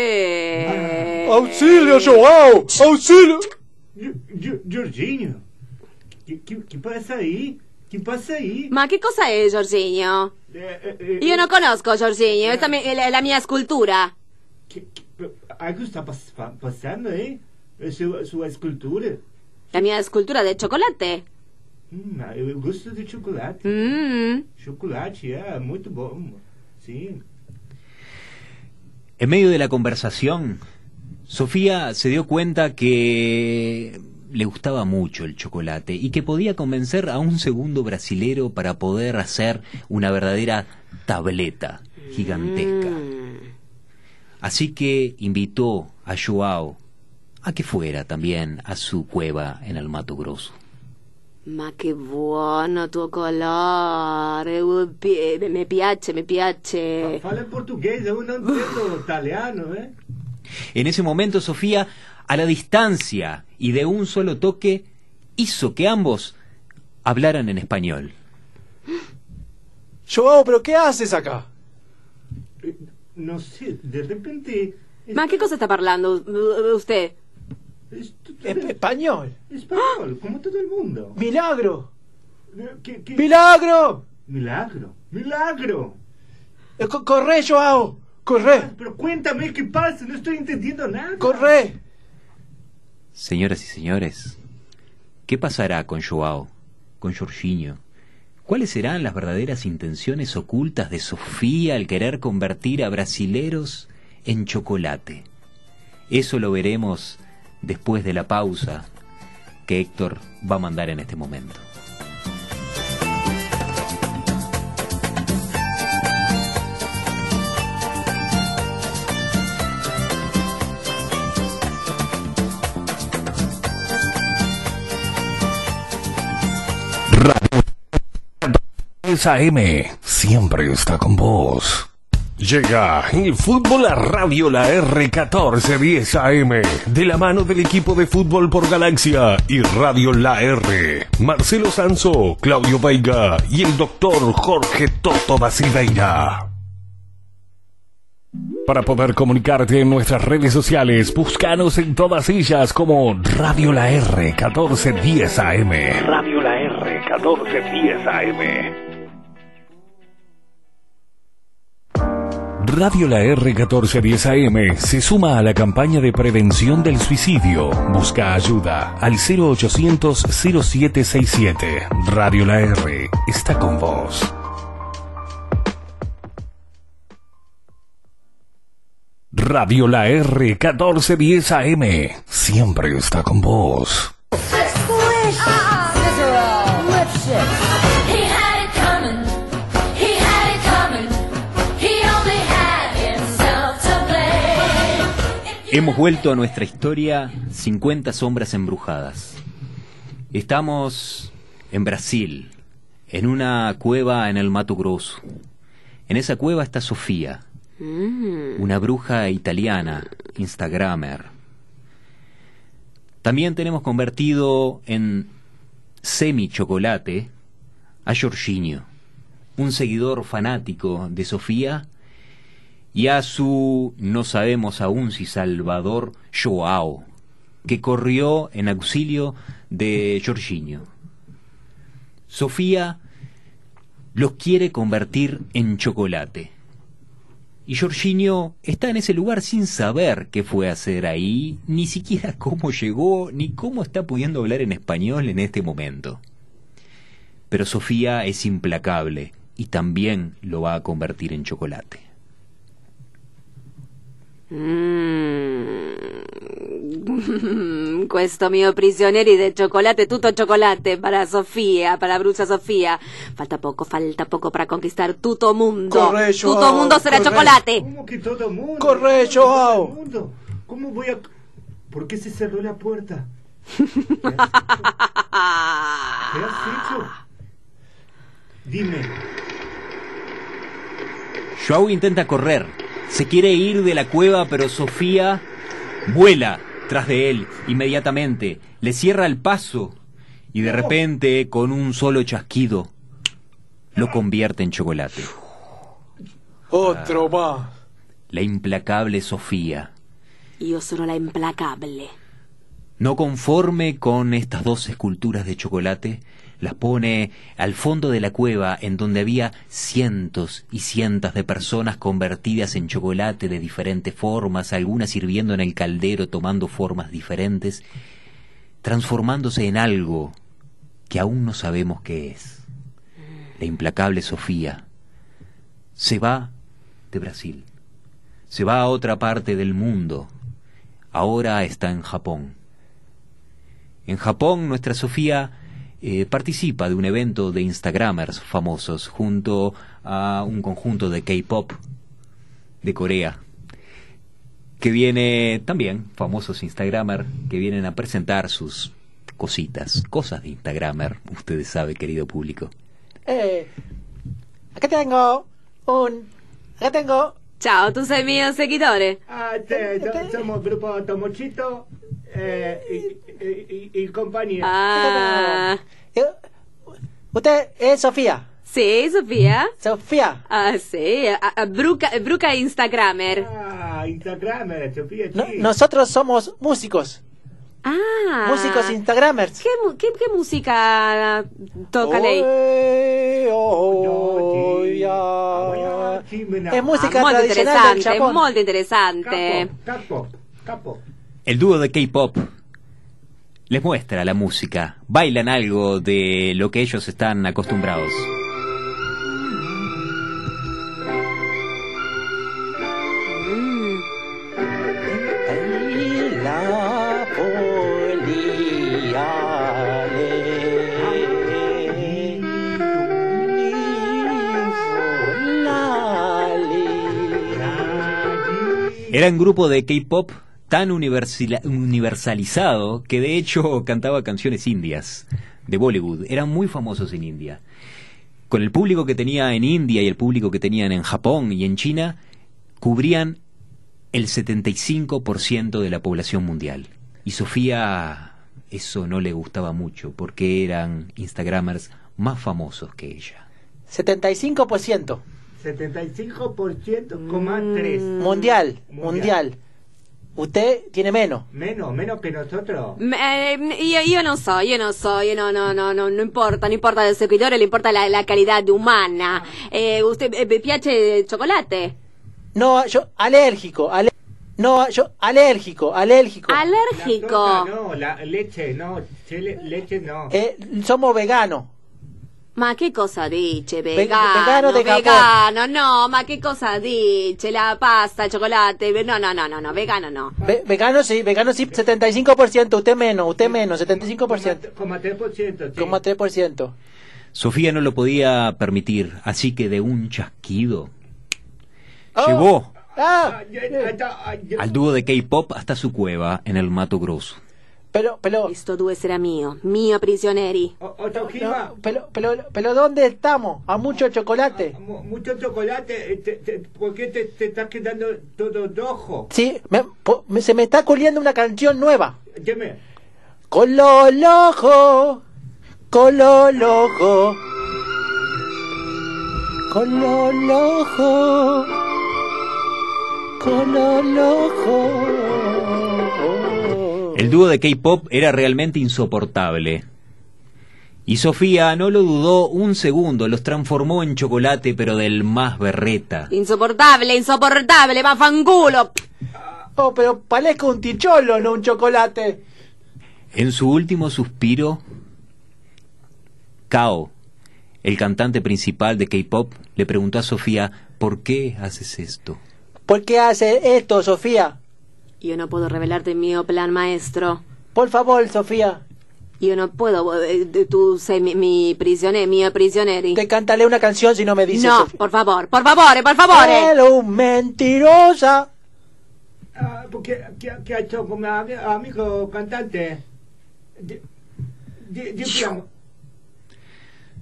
I: Ah.
B: Eh.
I: auxílio, João! Auxílio!
D: Gi- Gi- Jorginho, que, que, que passa aí? Que passa aí?
B: Ma, ¿qué cosa es, Jorginho?
D: É, é, é,
B: Yo no conozco a Jorginho, esta mi- la, la mía escultura.
D: que- que- algo está pas- pa- passando aí? É Sua, sua escultura?
B: La mía escultura de chocolate.
D: Hum, eu eu gosto de chocolate.
B: Mm.
D: Chocolate é muito bom. Sim.
C: En medio de la conversación, Sofía se dio cuenta que le gustaba mucho el chocolate y que podía convencer a un segundo brasilero para poder hacer una verdadera tableta gigantesca. Así que invitó a Joao a que fuera también a su cueva en el Mato Grosso.
B: Ma che buono tuo colore, uh, pi- mi piace, mi piace.
D: Fala em português, eu não entendo italiano, né?
C: En ese momento Sofía, a la distancia y de un solo toque, hizo que ambos hablaran en español.
A: Joao, pero ¿qué haces acá?
D: Não sei, Eh, de repente.
B: Ma che cosa sta parlando uh, usted?
D: Isto tudo
A: Es-
D: é
A: español.
D: espanhol, como todo mundo.
A: Milagro.
D: Que, que-
A: Milagro.
D: Milagro! Milagro!
A: Eh, co- Corre, Joao. Corre.
D: Pero cuéntame qué pasa, no estoy entendiendo nada.
A: Corre.
C: Señoras y señores, ¿qué pasará con Joao, con Jorginho? ¿Cuáles serán las verdaderas intenciones ocultas de Sofía al querer convertir a brasileros en chocolate? Eso lo veremos después de la pausa que Héctor va a mandar en este momento.
F: Esa M siempre está con vos. Llega el fútbol a radio la R1410 AM de la mano del equipo de fútbol por galaxia y Radio La R. Marcelo Sanso, Claudio Veiga y el doctor Jorge Toto da Silveira. Para poder comunicarte en nuestras redes sociales, búscanos en todas ellas como Radio La R 1410 AM. Radio La R 1410 AM. Radio La R 1410 AM se suma a la campaña de prevención del suicidio. Busca ayuda al 0800 0767. Radio La R está con vos. Radio La R 1410 AM siempre está con vos.
G: Squish. Cicero. Lipschitz.
H: He had it coming. He had it coming. He only had himself to blame.
C: Hemos vuelto a nuestra historia 50 sombras embrujadas. Estamos en Brasil, en una cueva en el Mato Grosso. En esa cueva está Sofía, una bruja italiana, Instagramer. También tenemos convertido en semi-chocolate a Jorginho, un seguidor fanático de Sofía y a su no sabemos aún si Salvador Joao, que corrió en auxilio de Jorginho. Sofía los quiere convertir en chocolate. Y Jorginho está en ese lugar sin saber qué fue a hacer ahí, ni siquiera cómo llegó, ni cómo está pudiendo hablar en español en este momento. Pero Sofía es implacable y también lo va a convertir en chocolate.
B: Mm. Questo mio prigionieri de chocolate, tutto chocolate para Sofía, para Brusa Sofía. Falta poco, falta poco para conquistar tutto mundo.
I: Correcto.
B: tutto mundo será
I: Correcto.
B: chocolate.
D: ¿Cómo que todo mundo?
I: Corre,
D: ¿Cómo que
I: Joao.
D: todo mundo? ¿Cómo voy a.? ¿Por qué se cerró la puerta? ¿Qué has hecho? Dime.
C: Joao intenta correr, se quiere ir de la cueva, pero Sofía vuela tras de él inmediatamente, le cierra el paso y de repente, con un solo chasquido, lo convierte en chocolate.
I: Otro más.
C: La implacable Sofía.
B: Yo sono la implacable.
C: No conforme con estas dos esculturas de chocolate, las pone al fondo de la cueva en donde había cientos y cientos de personas convertidas en chocolate de diferentes formas, algunas sirviendo en el caldero tomando formas diferentes, transformándose en algo que aún no sabemos qué es. La implacable Sofía se va de Brasil, se va a otra parte del mundo, ahora está en Japón. En Japón, nuestra Sofía eh, participa de un evento de Instagramers famosos junto a un conjunto de K-pop de Corea que viene también famosos Instagramer que vienen a presentar sus cositas, cosas de Instagramer, ustedes saben, querido público.
A: Eh, acá tengo un. Acá tengo.
B: Chao, tú sei mio seguidore.
D: Ah, te- so- somos grupo Tomochito eh, y, y- y- y compañía.
B: Ah,
A: eh, Usted es Sofía.
B: sí, Sofía.
A: Sofía.
B: Ah, sí, a- a- bruca, bruca Instagramer.
D: Ah, Instagram, eh, Sofía,
A: No-
D: sí.
A: nosotros somos músicos.
B: Ah,
A: Músicos Instagramers.
B: ¿Qué, mu- qué, qué música ah, toca lei?
A: Oe,
D: Oh,
A: oe,
D: sí.
A: ya.
D: Sí, mira.
A: Es música
B: Ah,
A: tradicional
B: molto
A: del
B: interessante,
A: Japón.
B: molto interessante.
D: Capo, capo, capo.
C: El dúo de K-pop les muestra la música, bailan algo de lo que ellos están acostumbrados.
A: La polía le- la li-
C: Era un grupo de K-pop tan universila- universalizado que de hecho cantaba canciones indias de Bollywood. Eran muy famosos en India. Con el público que tenía en India y el público que tenían en Japón y en China, cubrían el 75% de la población mundial. Y Sofía eso no le gustaba mucho porque eran Instagramers más famosos que ella.
A: 75%.
D: 75,3.
A: Mm. Mundial,
D: Mundial.
A: mundial. Usted tiene menos.
D: Menos, menos que nosotros.
B: Me- eh, yo, yo no soy, yo no soy, no, no, no, no, no importa, no importa de seguidores, le importa la, la calidad humana. Eh, usted, eh, pH de chocolate.
A: No, yo alérgico, ale- no, yo alérgico, alérgico.
B: Alérgico.
D: La torta no, la leche no, chele- leche no.
A: Eh, somos veganos.
B: Ma che cosa dice?
A: Ve-
B: Vegano,
A: vegano de Japón.
B: vegano, no, ma che cosa dice? La pasta, il cioccolate, ve- no, no, no, no, no, vegano no.
A: Ve- vegano sí, vegano sí, 75%, usted menos, usted menos, 75%.
D: Coma 3%. sí.
A: Como 3%.
C: Sofía no lo podía permitir, así que de un chasquido
A: Oh.
C: llevó
A: Ah,
D: Ay, ay, ay, ay, ay.
C: al dúo de K-pop hasta su cueva en el Mato Grosso.
A: pero, pero,
B: Questo due sarà mio, mio prigionieri.
D: O- Otro
A: no,
D: Jima,
A: pero, pero, pero, ¿dónde estamos? A mucho chocolate.
D: mu- mucho chocolate. eh, te- te- ¿Por qué te, te estás quedando todo rojo?
A: Sí, me- po- me- se me está culiando una canción nueva.
D: Dime.
A: Color loco, color loco, color loco, color loco.
C: El dúo de K-pop era realmente insoportable. Y Sofía no lo dudó un segundo, los transformó en chocolate, pero del más berreta.
B: Insopportabile, insopportabile, ma fangulo.
A: Oh, pero parezco un ticholo, no un chocolate.
C: En su último suspiro, Kao, el cantante principal de K-pop, le preguntó a Sofía, ¿por qué haces esto?
A: ¿Por qué hace esto, Sofía?
B: Io non posso revelarti il mio plan maestro.
A: Por favor, Sofía,
B: Io non posso, eh, tu sei mi, mi prigione- mio prigionieri.
A: te cantaré una canción si no me dices. Eh.
B: No,
A: Sofía.
B: por favor, por favor, por favor.
A: Pero mentirosa.
D: Ah, ¿por ¿Qué, qué- qué ha hecho con mi ami- amigo cantante? Di- di- di-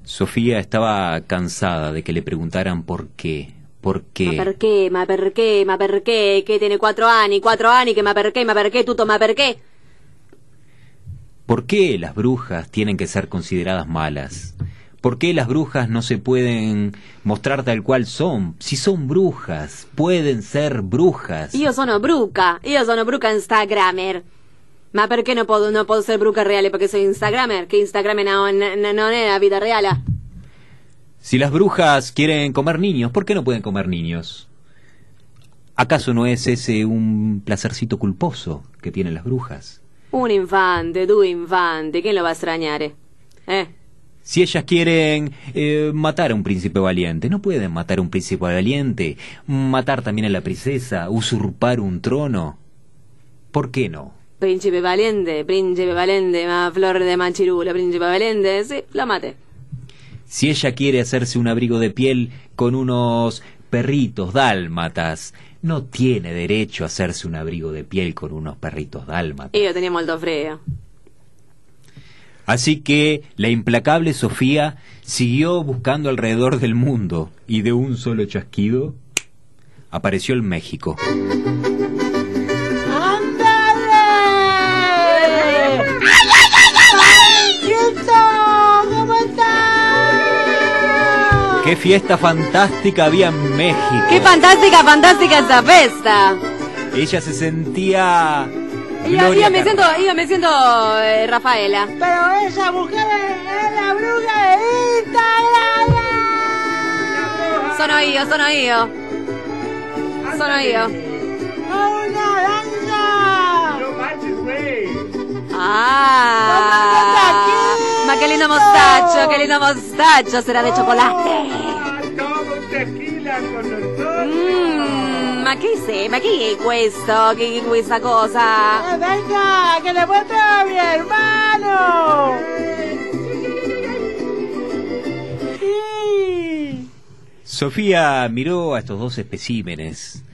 C: Sofía estaba cansada de que le preguntaran por qué, por
B: Ma
C: qué.
B: perché, ma perché, ma perché, che tiene quattro anni, quattro anni, che ma perché, ma perché, tutto ma perché.
C: ¿Por qué las brujas tienen que ser consideradas malas? ¿Por qué las brujas no se pueden mostrar tal cual son? Si son brujas, pueden ser brujas.
B: Io sono Bruca, io sono Bruca Instagrammer. Ma perché non posso, non posso essere Bruca reale? Perché sono Instagrammer, che Instagram non, non- non è la vita reale.
C: Si las brujas quieren comer niños, ¿por qué no pueden comer niños? ¿Acaso no es ese un placercito culposo que tienen las brujas?
B: Un infante, due infanti, chi lo va a stragnare? Eh?
C: Si ellas quieren eh, matar a un príncipe valiente, no pueden matar a un príncipe valiente, matar también a la princesa, usurpar un trono. ¿Por qué no?
B: Principe valente, principe valente, ma flor de mancirulo, principe valente, sì, lo mate.
C: Si ella quiere hacerse un abrigo de piel con unos perritos dálmatas, no tiene derecho a hacerse un abrigo de piel con unos perritos dálmatas.
B: Io tenia molto freddo.
C: Así que la implacable Sofía siguió buscando alrededor del mundo y de un solo chasquido apareció el México. ¡Qué fiesta fantástica había en México!
B: Che fantastica, fantastica sta festa!
C: Ella se sentía...
B: Io,
C: Gloria
B: io mi
C: Carrera.
B: sento, io mi sento eh, Raffaella.
A: Pero esa mujer es la bruja de Instagram.
B: Sono io, sono io. Sono io.
A: ¡Una danza!
D: No manches, güey.
B: Ah, ma che lindo mostaccio, che lindo mostaccio, sarà di cioccolate.
D: Ah, Toma un tequila con nosotros.
B: Mmm, ma che sei? Ma che è questo? Che è questa cosa?
A: Eh, ¡Venga, que le muestro a mi hermano! Sí.
C: Sofía miró a estos dos especímenes,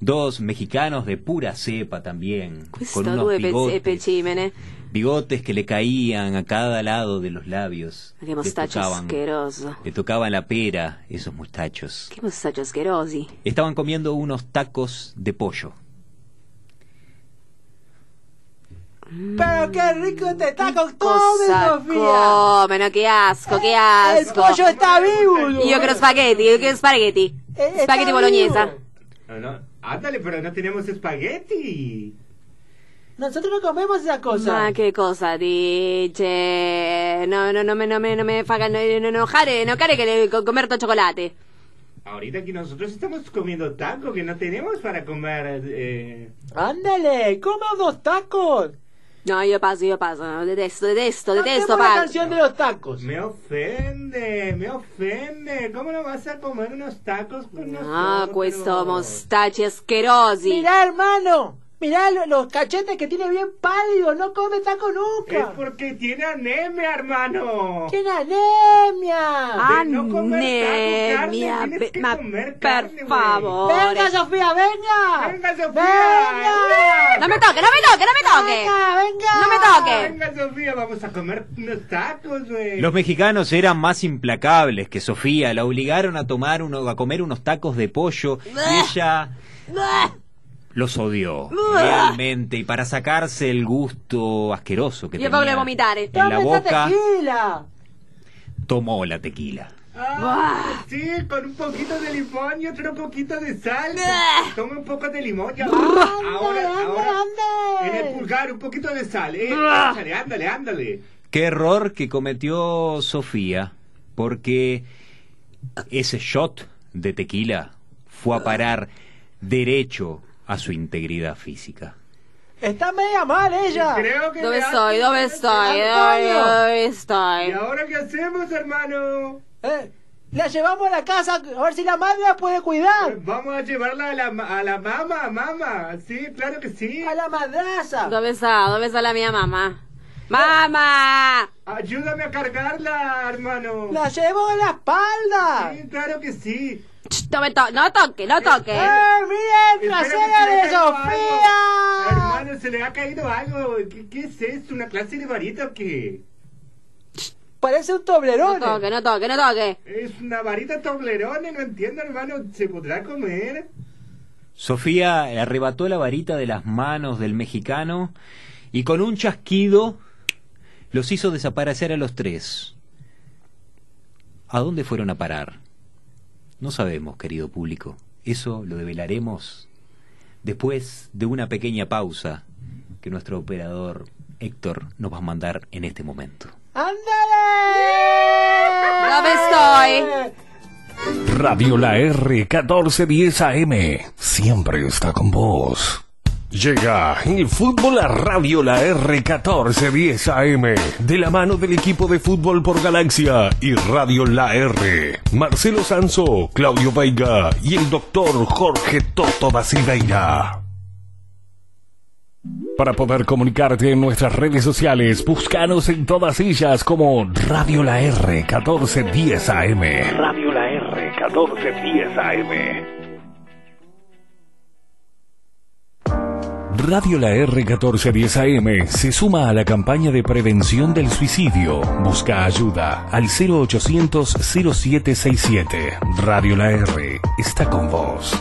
C: dos mexicanos de pura cepa también,
B: Questo
C: con unos
B: due pe-
C: bigotes.
B: pecimene.
C: bigotes que le caían a cada lado de los labios.
B: Qué mostacho asqueroso.
C: le tocaban la pera esos mostachos.
B: Qué mostacho asquerosi.
C: Estaban comiendo unos tacos de pollo.
J: Pero qué rico este taco come,
B: Cosa
J: Sofía.
B: cómeno, qué asco,
J: Eh,
B: qué
J: El
B: asco.
J: pollo está vivo.
B: Y Yo quiero espagueti, yo quiero espagueti.
J: Eh, está
B: Espagueti
J: vivo.
B: boloñesa.
D: No, no, ándale, pero no tenemos espagueti.
J: Nosotros no comemos esa cosa.
B: Ah, qué cosa, diche. No, no, no me, no me, no me fagan, no, no, no, jare, no care que le co- comer todo chocolate.
D: Ahorita aquí nosotros estamos comiendo taco que no tenemos para comer. eh,
J: Ándale, coma dos tacos.
B: No, yo paso, yo paso. no, Detesto, detesto, detesto,
J: Cantemos la
B: pa.
J: canción de los tacos.
D: Me ofende, me ofende. ¿Cómo no vas a comer unos tacos Pues con
B: No,
D: nosotros?
B: Ah, questo mostache asquerosi.
J: Mirá, hermano. Mirá lo- los cachetes que tiene bien pálido. No come taco
D: Es
J: nunca.
D: porque tiene anemia, hermano.
J: ¡Tiene
D: de
J: anemia!
D: no comer taco, carne,
B: Anemia,
D: tienes
B: ve-
D: que
B: ma-
D: comer
B: per
D: carne, güey.
B: favor.
J: ¡Venga, Sofía, venga!
D: Venga, Sofía.
J: ¡Venga!
B: No me toque, no me toque, no me toque.
J: ¡Venga, venga!
B: No me toque.
D: Venga, Sofía, vamos a comer unos tacos, güey.
C: Los mexicanos eran más implacables que Sofía, la obligaron a tomar uno, a comer unos tacos de pollo y ella los odió realmente y para sacarse el gusto asqueroso que
B: Yo voy a
C: tenía
B: vomitar, eh.
C: en la
J: ¡Tome esta
C: boca
J: tequila!
C: tomó la tequila.
D: Ah, sí, con un poquito de limón y otro poquito de sal.
B: Bah.
D: Toma un poco de limón ya.
J: ¡Anda,
D: Ahora,
J: anda,
D: ahora. En el
J: anda!
D: pulgar, un poquito de sal. Eh,
B: Bah.
D: ándale, ándale, ándale.
C: Qué error que cometió Sofía, porque ese shot de tequila fue a parar derecho a su integridad física.
J: Está media mal ella.
D: Creo que.
B: ¿Dónde
D: me
B: estoy?
D: hace-
B: ¿Dónde estoy? ¿Dónde
J: Antonio.
B: dónde
D: ¿Y
B: estoy?
D: ahora qué hacemos, hermano?
J: Eh, la llevamos a la casa a ver si la madre la puede cuidar.
D: Eh, Vamos a llevarla a la, ma- a la mama, mama. Sí, claro que sí.
J: A la madraza.
B: ¿Dónde está? ¿Dónde está la mía mamá? ¡Mamá!
D: Ayúdame a cargarla, hermano.
J: La llevo en la espalda.
D: Sí, claro que sí.
B: Ch, No me toque, no toque, no toque.
J: ¡Eh, mira
D: Espera
J: el
D: que se
J: trasero
D: le ha
J: de
D: caído algo.
J: Sofía!
D: Hermano, se le ha caído algo. ¿Qué, qué es esto? ¿Una clase de varita o qué?
J: Parece un
B: No
J: toblerón.
B: toque, no toque, no toque.
D: Es una varita toblerone, no entiendo, hermano. ¿Se podrá comer?
C: Sofía arrebató la varita de las manos del mexicano y con un chasquido los hizo desaparecer a los tres. ¿A dónde fueron a parar? No sabemos, querido público. Eso lo develaremos después de una pequeña pausa que nuestro operador Héctor nos va a mandar en este momento.
J: ¡Ándale!
B: ¿Dónde
J: Eh,
B: estoy?
F: Radio La R 1410 AM siempre está con vos. Llega el fútbol a Radio La R 1410 AM de la mano del equipo de fútbol por Galaxia y Radio La R. Marcelo Sanso, Claudio Veiga y el doctor Jorge Toto Basileira. Para poder comunicarte en nuestras redes sociales, búscanos en todas ellas como Radio La R 1410 AM. Radio La R 1410 AM. Radio La R 1410 AM se suma a la campaña de prevención del suicidio. Busca ayuda al 0800 0767. Radio La R está con vos.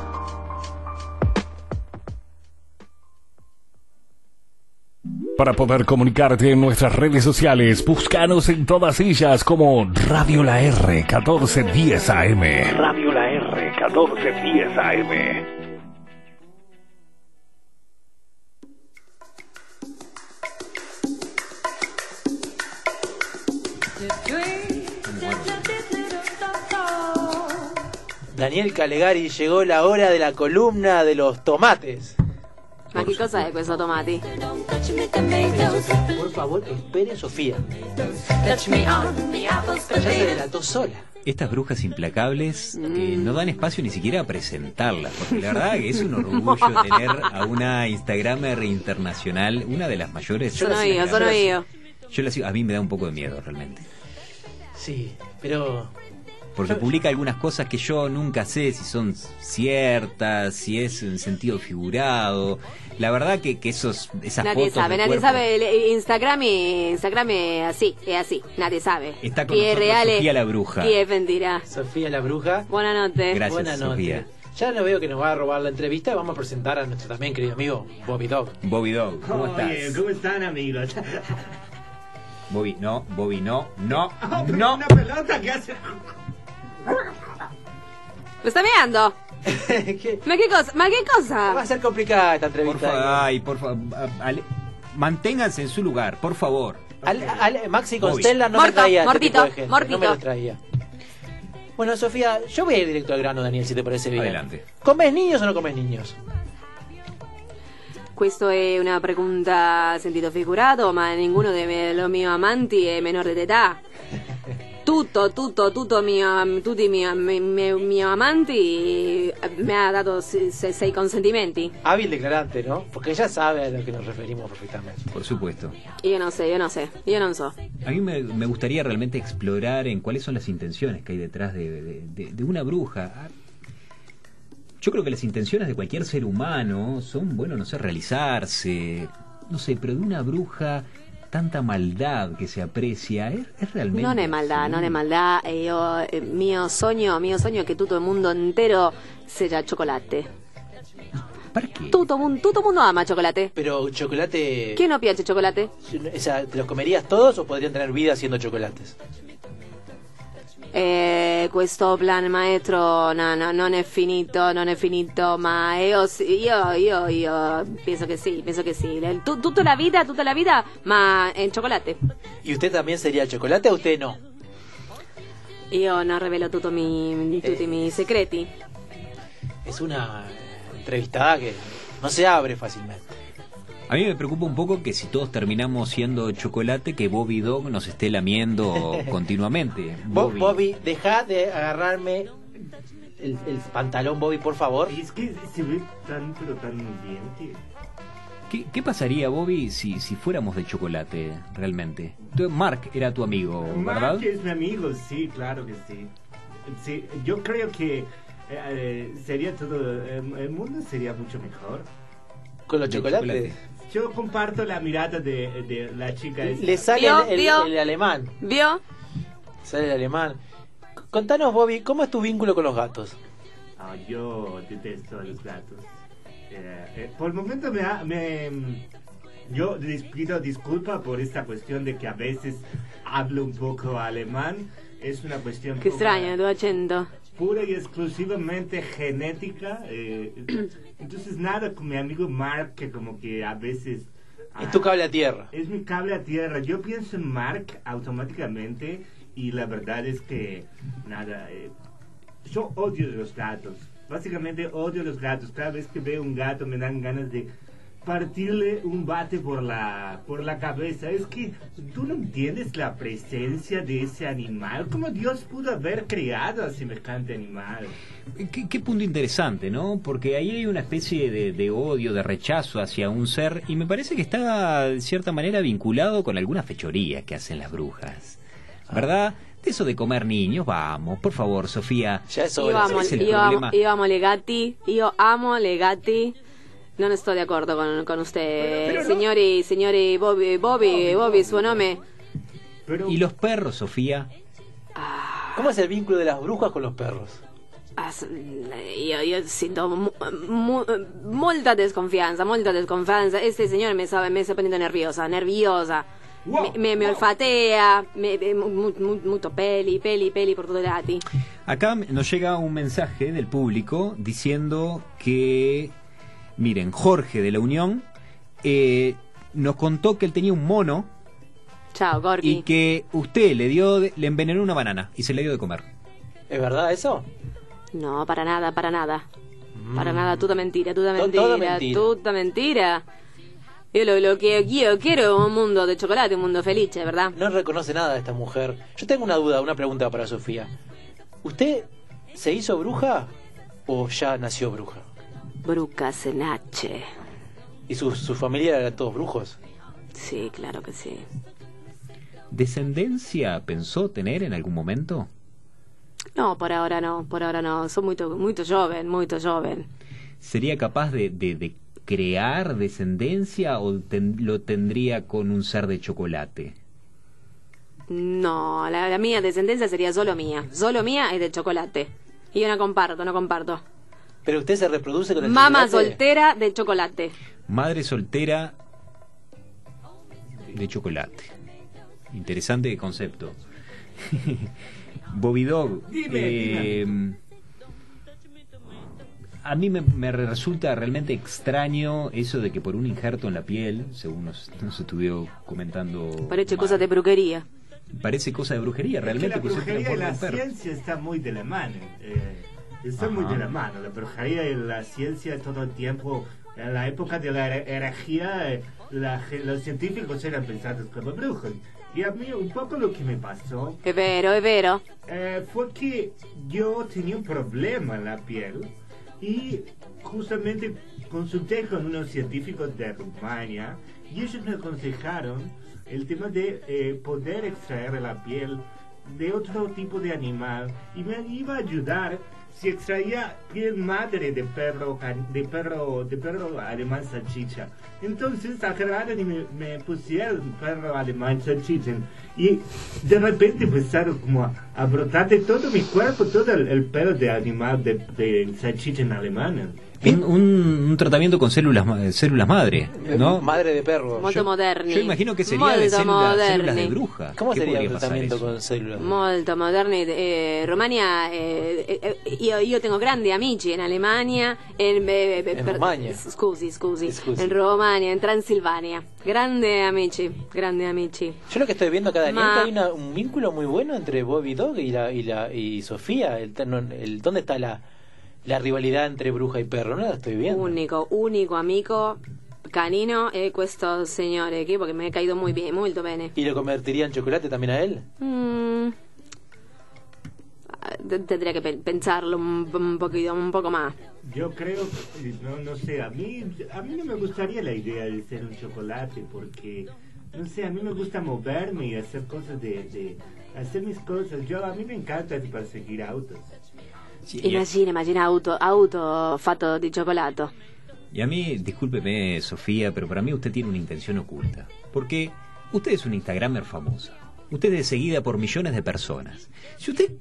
F: Para poder comunicarte en nuestras redes sociales, búscanos en todas ellas como Radio La R 1410 AM. Radio La R 1410 AM.
A: Daniel Calegari llegó la hora de la columna de los tomates.
B: Ma che cos'è questo tomati?
H: Don't touch me tomatoes,
A: Por favor, espere Sofía.
H: touch me on the apples,
A: Ya se
H: potatoes.
A: delató sola.
C: Estas brujas implacables que
B: Mm.
C: no dan espacio ni siquiera a presentarlas, porque la verdad que es un orgullo tener a una Instagramer internacional, una de las mayores.
B: Sono io,
C: Instagramers.
B: sono io.
C: Yo la sigo- a mí me da un poco de miedo realmente.
A: Sí, pero
C: Porque publica algunas cosas que yo nunca sé si son ciertas, si es en sentido figurado. La verdad que, que esos, esas
B: nadie
C: fotos
B: sabe,
C: de
B: nadie
C: cuerpo-
B: sabe. el- Instagram y Instagram es así, es así, nadie sabe.
C: Está con
B: Chi è
C: nosotros
B: reale,
C: Sofía la bruja.
B: chi è mentira.
A: Sofía la bruja.
B: Buenas noches.
C: Gracias,
A: Buenas
C: Sofía.
A: noches. Ya no veo que nos va a robar la entrevista. Vamos a presentar a nuestro también querido amigo Bobby Dog.
C: Bobby Dog, ¿cómo
D: Oye,
C: estás?
D: ¿cómo están, amigos?
C: Bobby, no, Bobby, no, no,
D: Ah, pero
C: no.
D: Una pelota que hace.
B: Me está mirando.
A: ¿Qué?
B: ¿Ma qué cosa? ¿Ma qué
A: Va a
B: cosa?
A: ser complicada esta
C: Por
A: entrevista.
C: favor, ay, por favor. Manténganse en su lugar, por favor.
A: Al- al- Maxi
C: Bobby.
A: Constella no me
B: Morto,
A: traía este
B: mortito,
A: tipo de gente,
B: mortito.
A: No me los traía. Bueno, Sofía, yo voy a ir directo al grano, Daniel, si te parece bien.
C: Adelante.
A: ¿Comes niños o no comes niños?
B: Questa è eh, una pregunta a sentito figurato, ma ninguno dei me- lo mio amanti è menor di età. Tutto, tutto, tutto mio, tutti i miei mi- mi- mio amanti eh, mi ha dato se- se- sei consentimenti.
A: Hábil declarante, ¿no? Porque ella sabe a lo que nos referimos perfectamente.
C: Por supuesto.
B: Io non so, io non so, io non so.
C: A mí me, me gustaría realmente explorar en cuáles son las intenciones que hay detrás de, de- de- de una bruja. Yo creo que las intenciones de cualquier ser humano son, bueno, no sé, realizarse, no sé, pero de una bruja tanta maldad que se aprecia es, es realmente...
B: Non è maldà,
C: así.
B: non è maldà. E io, eh, mio sogno, mio sogno è che tutto il mondo intero sia cioccolate.
C: ¿Para qué? Eh.
B: Tutto, mun- tutto il mondo ama cioccolate.
A: Pero chocolate...
B: Chi non piace cioccolate?
A: O sea, ¿te los comerías todos o podrían tener vida siendo chocolates?
B: Eh, questo plan maestro no, no, non è finito, non è finito, ma io, sì- io, io, io penso che sì, penso che sì. Del- tu- tutta la vita, tutta la vita, ma in cioccolate.
A: ¿Y usted también sería chocolate o usted no?
B: Io non rivelo tutto mi- tutti i miei segreti.
A: Es una eh, entrevistada que no se abre fácilmente.
C: A mí me preocupa un poco que si todos terminamos siendo chocolate, que Bobby Dog nos esté lamiendo continuamente.
A: Bobby, Bobby deja de agarrarme el, el pantalón, Bobby, por favor.
D: Y es que se ve tan, pero tan bien que.
C: ¿Qué, qué pasaría, Bobby, si, si fuéramos de chocolate realmente? Tú- Mark era tu amigo, ¿verdad?
D: Mark es mi amigo, sí, claro que sí. Sí, yo creo que eh, eh, sería todo. eh, el mundo sería mucho mejor.
A: Con los
C: De
A: chocolates.
D: Yo comparto la mirada de, de la chica. esta.
A: Le sale
B: Vio,
A: el, el-
B: vio.
A: el alemán.
B: Vio?
A: Sale el alemán. C- Contanos, Bobby, ¿cómo es tu vínculo con los gatos?
D: Ah, yo detesto a los gatos. Eh, eh, por el momento me, ha- me em, yo les pido disculpa por esta cuestión de que a veces hablo un poco alemán. Es una cuestión
B: Che
D: pura-
B: strano, il tuo accento.
D: pura y exclusivamente genética. eh, entonces nada con mi amigo Mark que como que a veces
A: Es
D: ah,
A: tu cable a tierra.
D: es mi cable a tierra. Yo pienso en Mark automáticamente y la verdad es que, nada, eh, yo odio los gatos. Básicamente odio los gatos. Cada vez que veo un gato me dan ganas de partirle un bate por la, por la cabeza. Es que tú no entiendes la presencia de ese animal. ¿Cómo Dios pudo haber creado a semejante animal?
C: ¿Qué, qué punto interesante, ¿no? Porque ahí hay una especie de, de odio, de rechazo hacia un ser, y me parece que está de cierta manera vinculado con alguna fechoría que hacen las brujas. ¿Verdad? De eso de comer niños, vamos, por favor, Sofía.
A: Ya es
B: Io
A: hora.
B: amo,
C: Ese es il
B: io amo,
C: problema.
B: io amo le gatti, io amo le gatti. Non sto d'accordo con, con usted,
D: Però- però no-
B: signori, signori Bobby, Bobby,
D: Bobby,
B: Bobby, suo
D: Bobby.
B: nome.
D: Pero
C: Y los perros, Sofía.
A: ¿Cómo es el vínculo de las brujas con los perros?
B: Ah, s- Io, io sento mu- mu- molta desconfianza, molta desconfianza. Este signore mi sta, mi sta ponendo nerviosa, nerviosa.
D: Wow,
B: mi, mi- mi
D: wow.
B: olfatea, mi, mi- mu- mu- molto peli, peli, peli por tutti i lati.
C: Acá nos llega un mensaje del público diciendo que, miren, Jorge de la Unión eh, nos contó que él tenía un mono
B: Ciao, Gorgi.
C: y que usted le dio, de- le envenenó una banana y se le dio de comer.
A: ¿Es verdad eso?
B: No, para nada, para nada. Para nada, toda mentira, toda
A: To-
B: mentira,
A: todo mentira.
B: toda mentira. Yo lo, lo que yo quiero es un mundo de chocolate, un mundo feliz, ¿verdad?
A: No reconoce nada esta mujer. Yo tengo una duda, una pregunta para Sofía. ¿Usted se hizo bruja o ya nació bruja?
B: Bruca Senache.
A: ¿Y su, su familia eran todos brujos?
B: Sí, claro que sí.
C: ¿Descendencia pensó tener en algún momento?
B: No, por ahora no, por ahora no. Soy muy, muy joven, muy joven.
C: ¿Sería capaz de, de- de crear descendencia o ten- lo tendría con un ser de chocolate?
B: No, la, la mía descendencia sería solo mía. Solo mía es de chocolate. Y yo no comparto, no comparto.
A: Pero usted se reproduce con el
B: Mamá
A: chocolate.
B: soltera de chocolate.
C: Madre soltera de chocolate. Interesante concepto. Bobby Dog.
D: Dime,
C: eh, A mí me, me resulta realmente extraño eso de que por un injerto en la piel, según nos, nos estuvo comentando.
B: Parece
C: Mar-
B: cosas de brujería.
C: Parece cosa de brujería, realmente.
D: Es que
C: pues,
D: la
C: yo te la
D: brujería y
C: puedo
D: la
C: romper.
D: ciencia está muy de la mano. eh, está muy
C: Ajá.
D: de la mano. La brujería y la ciencia todo el tiempo. En la época de la her- herejía, eh, la ge- los científicos eran pensados como brujos. Y a mí un poco lo que me pasó
B: Es vero, es vero.
D: eh, fue que yo tenía un problema en la piel y justamente consulté con unos científicos de Rumania y ellos me aconsejaron el tema de eh, poder extraer la piel de otro tipo de animal y me iba a ayudar si extraía piel madre de perro can- de perro de perro alemán salchicha entonces agarraron y me, me pusieron perro alemán salchicha y de repente empezaron como a, a brotar de todo mi cuerpo todo el, el pelo de animal de, de salchicha en alemana
C: Un, un- un tratamiento con células, ma- células madre, ¿no?
A: Madre de perro.
B: Molto moderni.
C: Yo imagino que sería
B: Molto
C: de célula-
B: moderni.
C: células de bruja.
A: ¿Cómo
C: ¿Qué
A: sería el
C: podría pasar
A: tratamiento
C: eso?
A: con células?
B: Molto moderni. Eh, Romania, eh, eh, eh, io, io tengo grandi amici in Alemania, in, eh, eh,
A: In Romagna.
B: Scusi, scusi,
A: Scusi.
B: in Romagna, in Transilvania. Grandi amici, grandi amici.
A: Yo lo que estoy viendo acá, Daniel,
B: Ma-
A: que hay una- un vínculo muy bueno entre Bobby Dog y la y, la, y Sofía. El, no, el- ¿Dónde está la, la rivalidad entre bruja y perro? No la estoy viendo.
B: Unico, unico amico canino è questo signore qui perché mi è caído muy bien, molto bene.
A: ¿Y lo convertiría en chocolate también a él?
B: Mm. Ah, te- Tendría que pe- pensarlo un, un poquito, un poco más.
D: Yo creo, eh, no, no sé, a mí, a mí no me gustaría la idea de ser un chocolate porque, no sé, a mí me gusta moverme y hacer cosas de, de hacer mis cosas. Yo, a mí me encanta perseguir autos.
C: Sí, y, a,
B: Immagina, immagina auto, auto fatto di cioccolato.
C: y a mí, discúlpeme, Sofía, pero para mí usted tiene una intención oculta. Porque usted es una Instagramer famosa. Usted es seguida por millones de personas. Si usted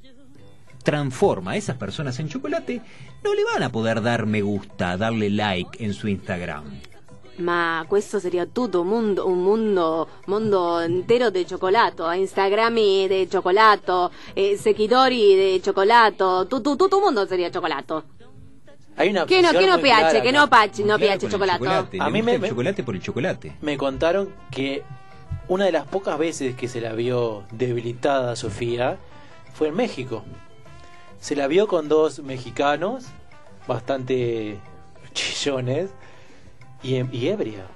C: transforma a esas personas en chocolate, no le van a poder dar me gusta, darle like en su Instagram.
B: Ma questo sería tutto un mondo, un mondo, mondo intero di cioccolato, Instagrammi di cioccolato, eh, seguidori di cioccolato, tutto, tutto un mondo sería cioccolato.
A: Hay
C: Ah,
A: una
B: Che no,
A: obsesión
B: che no
A: muy clara
B: piace, che
A: acá.
B: no piace, no
C: Claro,
B: piace
C: con el
B: cioccolato.
C: chocolate.
A: A
C: A
A: mí
C: mí
A: me-
C: el
A: me-
C: chocolate por el chocolate.
A: Me contaron que una de las pocas veces que se la vio debilitada a Sofía fue en México. Se la vio con dos mexicanos, bastante chillones, y, em- y ebria.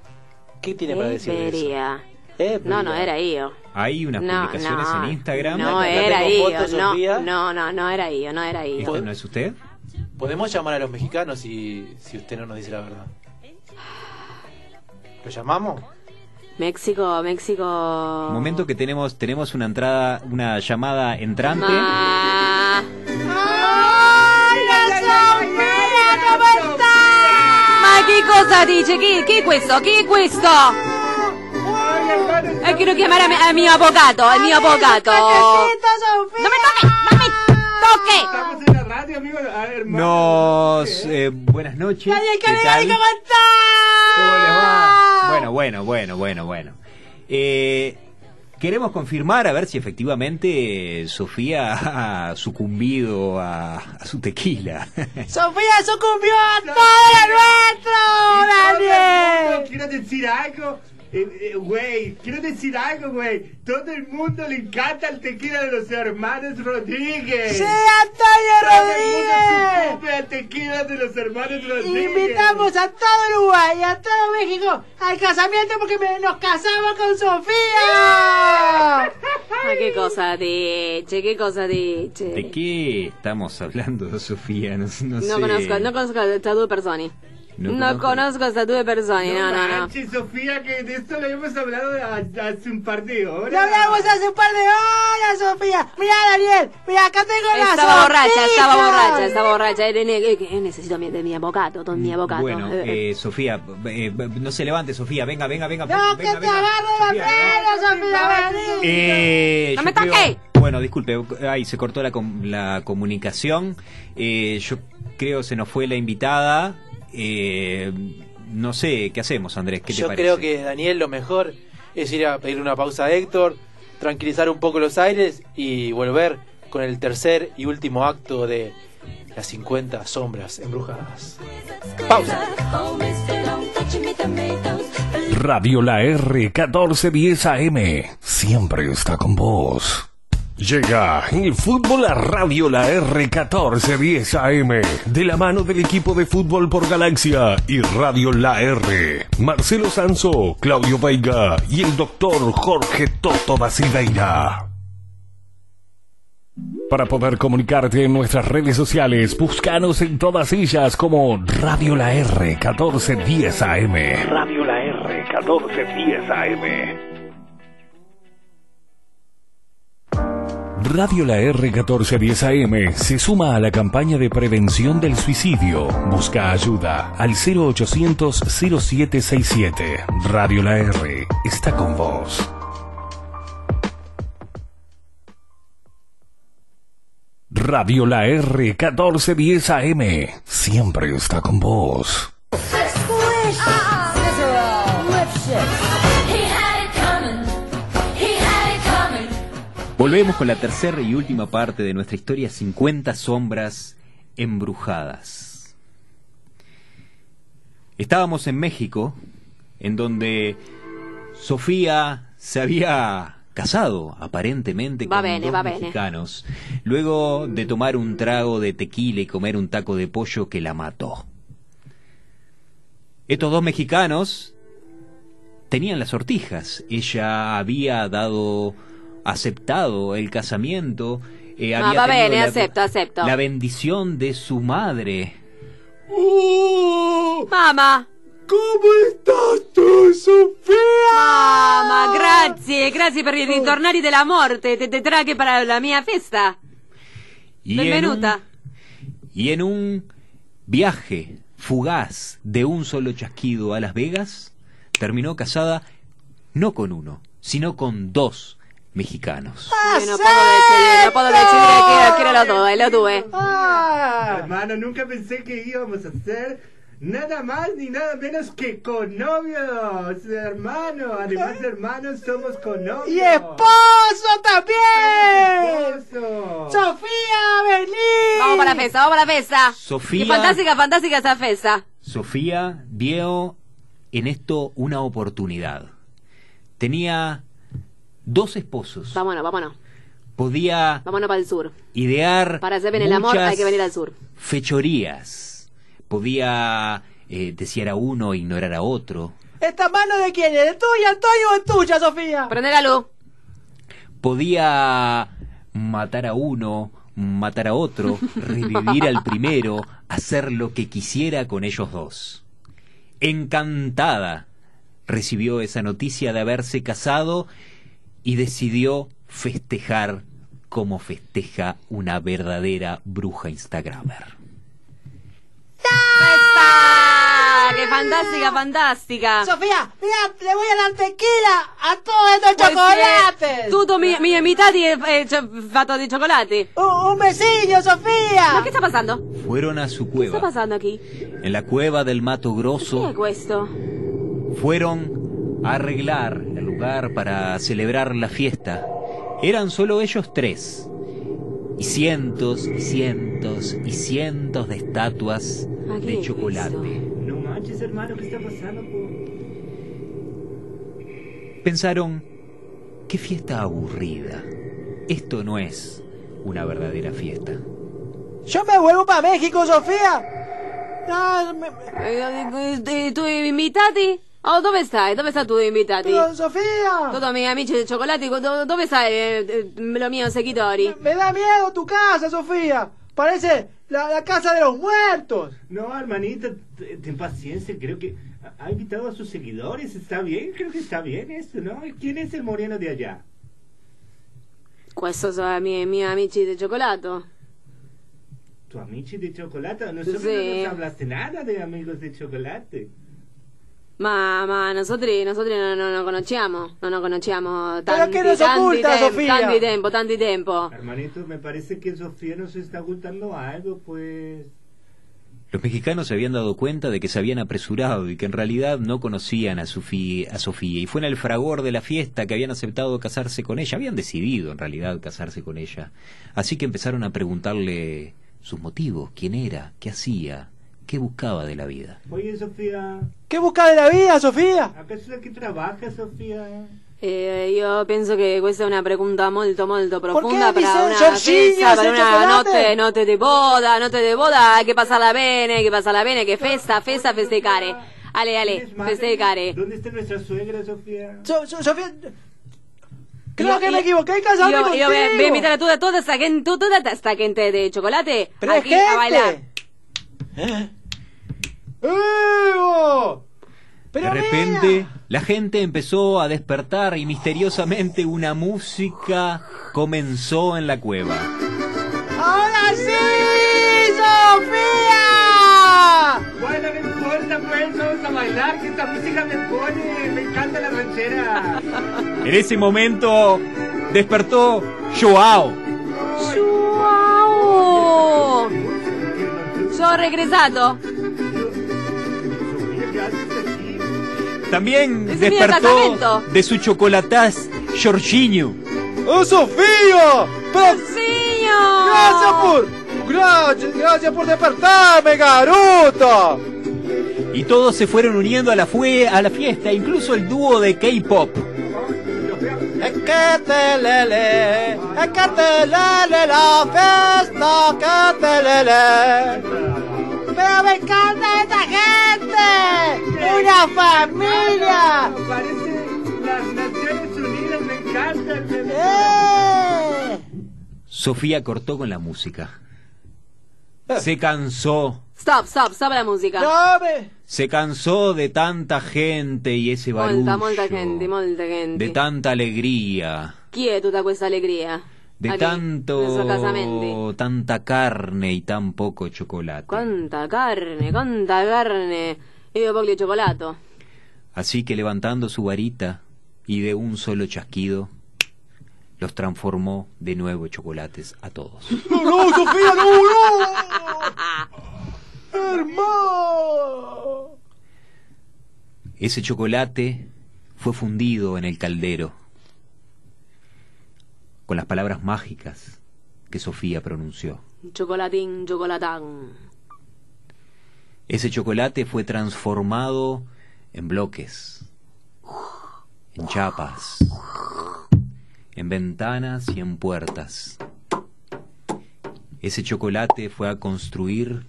A: ¿Qué tiene para decir de eso?
B: Ebria.
J: eh,
A: Ebria.
B: No, no, era io.
C: Hay unas
B: No,
C: publicaciones
B: no,
C: en Instagram.
B: No,
A: La
B: era
A: tengo
B: io,
A: foto,
B: no,
A: Sofía.
B: no, no, no era io, no era io.
C: ¿Esta no es usted?
A: Podemos llamar a los mexicanos si, si usted no nos dice la verdad. ¿Lo llamamos?
B: México, México.
C: Momento que tenemos tenemos una entrada, una llamada entrante.
B: Ma- Ma che cosa dice? Chi, chi è questo? Chi è questo? E quiero chiamare a, me- a mio avvocato, al mio avvocato. Non mi tocchi, non mi tocchi.
D: Estamos en la radio, amigo. A ver, hermano.
C: Nos eh, buenas noches. ¿Qué tal? Ah. ¿Cómo les va? Bueno, bueno, bueno, bueno, bueno. Eh, queremos confirmar a ver si efectivamente eh, Sofía ha sucumbido a, a su tequila.
J: Sofía sucumbió a todo
D: Todo
J: lo nuestro,
D: el
J: Daniel.
D: mundo quiere decir algo. eh, eh, Güey, quiero decir algo, güey. Todo el mundo le encanta el tequila de los hermanos Rodríguez.
J: Sí, Antonio
D: Rodríguez.
J: Rodríguez.
D: el tequila de los hermanos Rodríguez.
J: Invitamos a todo Uruguay, a todo México al casamiento porque me- nos casamos con Sofía.
B: Ma che cosa dice? Che cosa dice?
C: ¿De qué estamos hablando, Sofía? No, no
B: No
C: sé.
B: conosco, non conosco queste due persone.
C: No
B: No conozco a Statue de Personi, no, no, no.
D: manches, Sofía, que de esto lo hemos hablado a- hace un par de horas.
J: Lo hablamos hace un par de horas, Sofía. Mira, Daniel, mira, acá tengo la
B: Estaba borracha,
J: sortija.
B: estaba borracha, estaba borracha. Era ne- eh, que- eh, Necesito mi, de mi abogato, don mi abogato.
C: Mm, Bueno,
B: Eh,
C: eh, Sofía, eh, no se levante, Sofía, venga, venga, venga.
J: No, que
C: venga,
J: te
C: venga.
J: agarro la pelo, Sofía, vení.
C: Eh,
B: ¡No
C: yo
B: me
C: creo-
B: toque!
C: bueno, disculpe, ahí se cortó la, com- la comunicación. Eh, yo creo se nos fue la invitada. Eh, no sé, ¿qué hacemos, Andrés? ¿Qué te
A: Yo
C: parece?
A: creo que Daniel lo mejor es ir a pedir una pausa a Héctor, tranquilizar un poco los aires y volver con el tercer y último acto de Las 50 Sombras Embrujadas. Pausa.
F: Radio La R 1410 AM siempre está con vos. Llega el fútbol a Radio La R 1410 AM de la mano del equipo de fútbol por Galaxia y Radio La R. Marcelo Sanso, Claudio Veiga y el doctor Jorge Toto Basideira. Para poder comunicarte en nuestras redes sociales, búscanos en todas ellas como Radio La R 1410 AM. Radio La R 1410 AM. Radio La R 1410 AM se suma a la campaña de prevención del suicidio. Busca ayuda al 0800 0767. Radio La R está con vos. Radio La R 1410 AM siempre está con vos.
G: Squish. Cicero. Lip shift.
H: He had it coming. He had it coming.
C: Volvemos con la tercera y última parte de nuestra historia 50 sombras embrujadas. Estábamos en México, en donde Sofía se había casado aparentemente
B: Va
C: con
B: bene,
C: dos
B: va bene.
C: mexicanos, luego de tomar un trago de tequila y comer un taco de pollo que la mató. Estos dos mexicanos tenían las sortijas. Ella había dado, aceptado el casamiento. eh,
B: Ah,
C: había
B: va
C: tenido
B: bene,
C: la-
B: acepto, acepto.
C: La bendición de su madre.
I: ¡Oh!
B: Mamá,
I: ¿Cómo estás tú, Sofía? Oh.
B: mamá, grazie, grazie per il ritornare della morte. Te, te traje para la mia festa.
C: Y en un-
B: Benvenuta.
C: y en un viaje fugaz de un solo chasquido a Las Vegas, terminó casada no con uno, sino con dos mexicanos.
B: Io non posso decidere, non posso decidere chi, chi era lo due, lo due.
J: Ah,
D: Hermano, nunca pensé que íbamos a hacer nada más ni nada menos que connovios, hermano. Además de hermanos, somos connovios.
J: Y esposo también.
D: Esposo.
J: Sofía, vení.
B: Vamos para la festa, vamos para la festa.
C: Sofía.
B: Qué fantástica, fantástica esta festa.
C: Sofía vio en esto una oportunidad. Tenía dos esposos.
B: Vámonos, vámonos.
C: Podía
B: Vámonos para el sur.
C: idear
B: Para hacer bien el amor
C: muchas
B: hay que venir al sur.
C: fechorías. Podía eh, desear a uno e ignorar a otro.
J: ¿Esta mano de quién es? ¿De tuya, Antonio o es tuya, Sofía?
B: Prende la luz.
C: Podía matar a uno, matar a otro, revivir al primero, hacer lo que quisiera con ellos dos. Encantada recibió esa noticia de haberse casado y decidió festejar como festeja una verdadera bruja Instagramer.
B: ¡Festa! ¡Qué fantástica, fantástica!
J: Sofía, mira, le voy a dar tequila a todos estos
B: Puoi
J: chocolates.
B: essere Tutto mi, mi, metà di, eh, cioè, fatto di cioccolati.
J: Un, un besillo,
B: Ma
J: Sofía.
B: che sta passando?
C: Fueron a su
B: Che sta
C: cueva,
B: passando qui?
C: en la cueva del Mato
B: Che è
C: Grosso,
B: questo?
C: fueron a arreglar el lugar para celebrar la fiesta. Eran solo ellos tres. Y cientos y cientos y cientos de estatuas
B: Ma che
C: de
B: è
C: chocolate.
B: questo?
D: No manches, hermano, ¿qué está pasando? po?
C: Pensaron, qué fiesta aburrida. Esto no es una verdadera fiesta.
J: Yo me vuelvo para México, Sofía. No, me-
B: Eh, eh, I tuoi invitati? Oh, dove stai? Dove stanno i tuoi invitati?
J: pero, Sofía.
B: Tutti i miei amici di cioccolati, do- dove stai? Eh, eh, lo mio seguitori?
J: Me da miedo tu casa, Sofía. Parece la, la casa de los muertos.
D: No, hermanita, t- ten paciencia, creo que ha- ha invitado a sus seguidores, está bien, creo que está bien eso, ¿no? ¿Quién es el moreno de allá?
B: Questo sono i miei, miei amici di cioccolato.
D: ¿Tu amici de chocolate? Nosotros
B: Sí.
D: no nos hablaste nada de amigos de chocolate.
B: Ma, ma nosotros, nosotros no, no, no conosciamo, no nos conosciamo
J: Però
B: tanti,
J: che nos
B: tanti
J: occulta,
B: tem-
J: Sofia?
B: tanti tempo, tanti tempo.
D: Hermanito, me parece que Sofía nos está ocultando algo, pues...
C: Los mexicanos se habían dado cuenta de que se habían apresurado y que en realidad no conocían a, Sofía- a Sofía. Y fue en el fragor de la fiesta que habían aceptado casarse con ella. Habían decidido en realidad casarse con ella. Así que empezaron a preguntarle sus motivos, quién era, qué hacía, qué buscaba de la vida.
D: Oye, Sofía,
J: ¿Qué busca de la vida, Sofía?
D: ¿acaso aquí trabaja, Sofía?
B: Eh, io penso che questa è una pregunta molto molto
J: Perché
B: profonda per
J: dice
B: una
J: Giorginio
B: festa, per
J: senza
B: una
J: colate?
B: notte, notte di boda, notte di boda, hay che passarla bene, hay che passarla bene, che festa, festa, festeggiare. Ale, ale,
D: ¿Tienes madre?
B: festeggiare.
D: ¿Dónde está nuestra suegra, Sofía?
J: So- so- Sofía, creo
B: Yo-
J: que
B: yo-
J: me equivoqué, casarme
B: Yo,
J: contigo.
B: yo voy a voy a invitar a toda, toda esta gente, toda esta gente de chocolate
J: Pero es
B: aquí
J: gente. ¿Eh?
B: a bailar.
J: ¡Evo! Pero
C: De repente la gente empezó a despertar y misteriosamente una música comenzó en la cueva.
J: mira, ¡Ahora sí, Sofía!
D: Bueno, no importa, pues, vamos a bailar, que esta música me pone, me encanta la ranchera.
C: En ese momento despertó Joao.
B: Wow. Yo regresato.
D: Sofía, ¿qué haces aquí?
C: También
B: Es mi
C: despertó
B: departamento.
C: de su chocolataz Jorginho.
J: ¡Oh, Sofía! Pero- ¡Gracias por...
B: Señor.
J: Gracias, gracias por despertarme, garoto!
C: Y todos se fueron uniendo a la, fue a la fiesta, incluso el dúo de K-pop.
J: Acatelele, acatelele la fiesta, acatelele. Pero me encanta esta gente, una familia.
D: Parece las Naciones Unidas, me encanta. me-
J: ¡Eh!
C: Sofía cortó con la música.
J: Ah.
C: Se cansó.
B: Stop, stop, stop la música.
J: No me-
C: Se cansó de tanta gente y ese barullo.
B: Molta, molta gente, molta gente.
C: De tanta alegría.
B: Chi è tutta questa allegria?
C: De
B: Aquí, nel suo casamento.
C: tanto, tanta carne y tan poco chocolate.
B: Quanta carne, quanta carne. Io voglio cioccolato.
C: Así que levantando su varita y de un solo chasquido, los transformó de nuevo en chocolates a todos.
J: ¡No, no, Sofía, no, no! ¡Hermano!
C: Ese chocolate fue fundido en el caldero con las palabras mágicas que Sofía pronunció.
B: Cioccolatin, cioccolatan.
C: Ese chocolate fue transformado en bloques, en chapas, en ventanas y en puertas. Ese chocolate fue a construir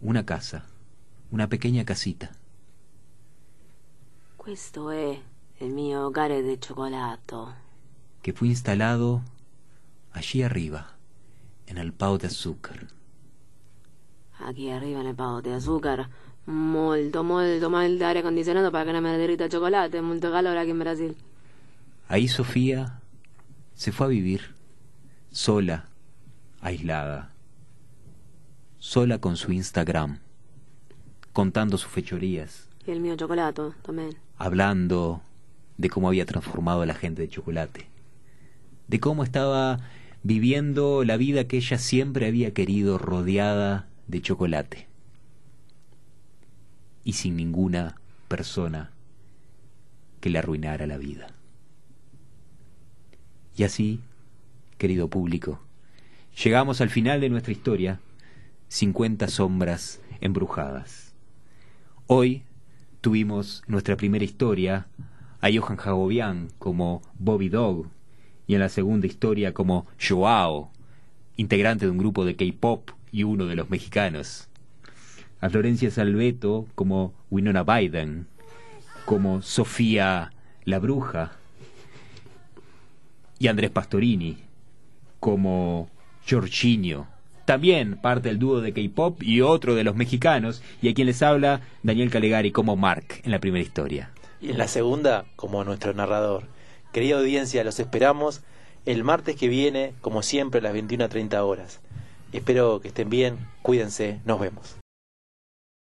C: una casa, una pequeña casita.
B: Questo è il mio hogar di cioccolato.
C: que fue instalado allí arriba, en el Pau de Azúcar.
B: Aquí arriba nel pavo di azúcar. Molto, molto mal di aria condizionata per che non mi derrita il cioccolato. È molto calore qui in Brasile.
C: Ahí Sofía se fue a vivir, sola, aislada, sola con su Instagram, contando sus fechorías,
B: E il mio cioccolato, también.
C: hablando de cómo había transformado a la gente de chocolate, de cómo estaba viviendo la vida que ella siempre había querido rodeada de chocolate y sin ninguna persona que le arruinara la vida. Y así, querido público, llegamos al final de nuestra historia, 50 sombras embrujadas. Hoy tuvimos nuestra primera historia a Johan Jagobian como Bobby Dog y en la segunda historia como Joao, integrante de un grupo de K-pop y uno de los mexicanos. A Florencia Salveto como Winona Biden, como Sofía la Bruja y a Andrés Pastorini como Giorginio también parte del dúo de K-pop y otro de los mexicanos, y a quien les habla Daniel Calegari como Mark en la primera historia.
A: Y en la segunda, como nuestro narrador. Querida audiencia, los esperamos el martes que viene, como siempre, a las 21.30 horas. Espero que estén bien, cuídense, nos vemos.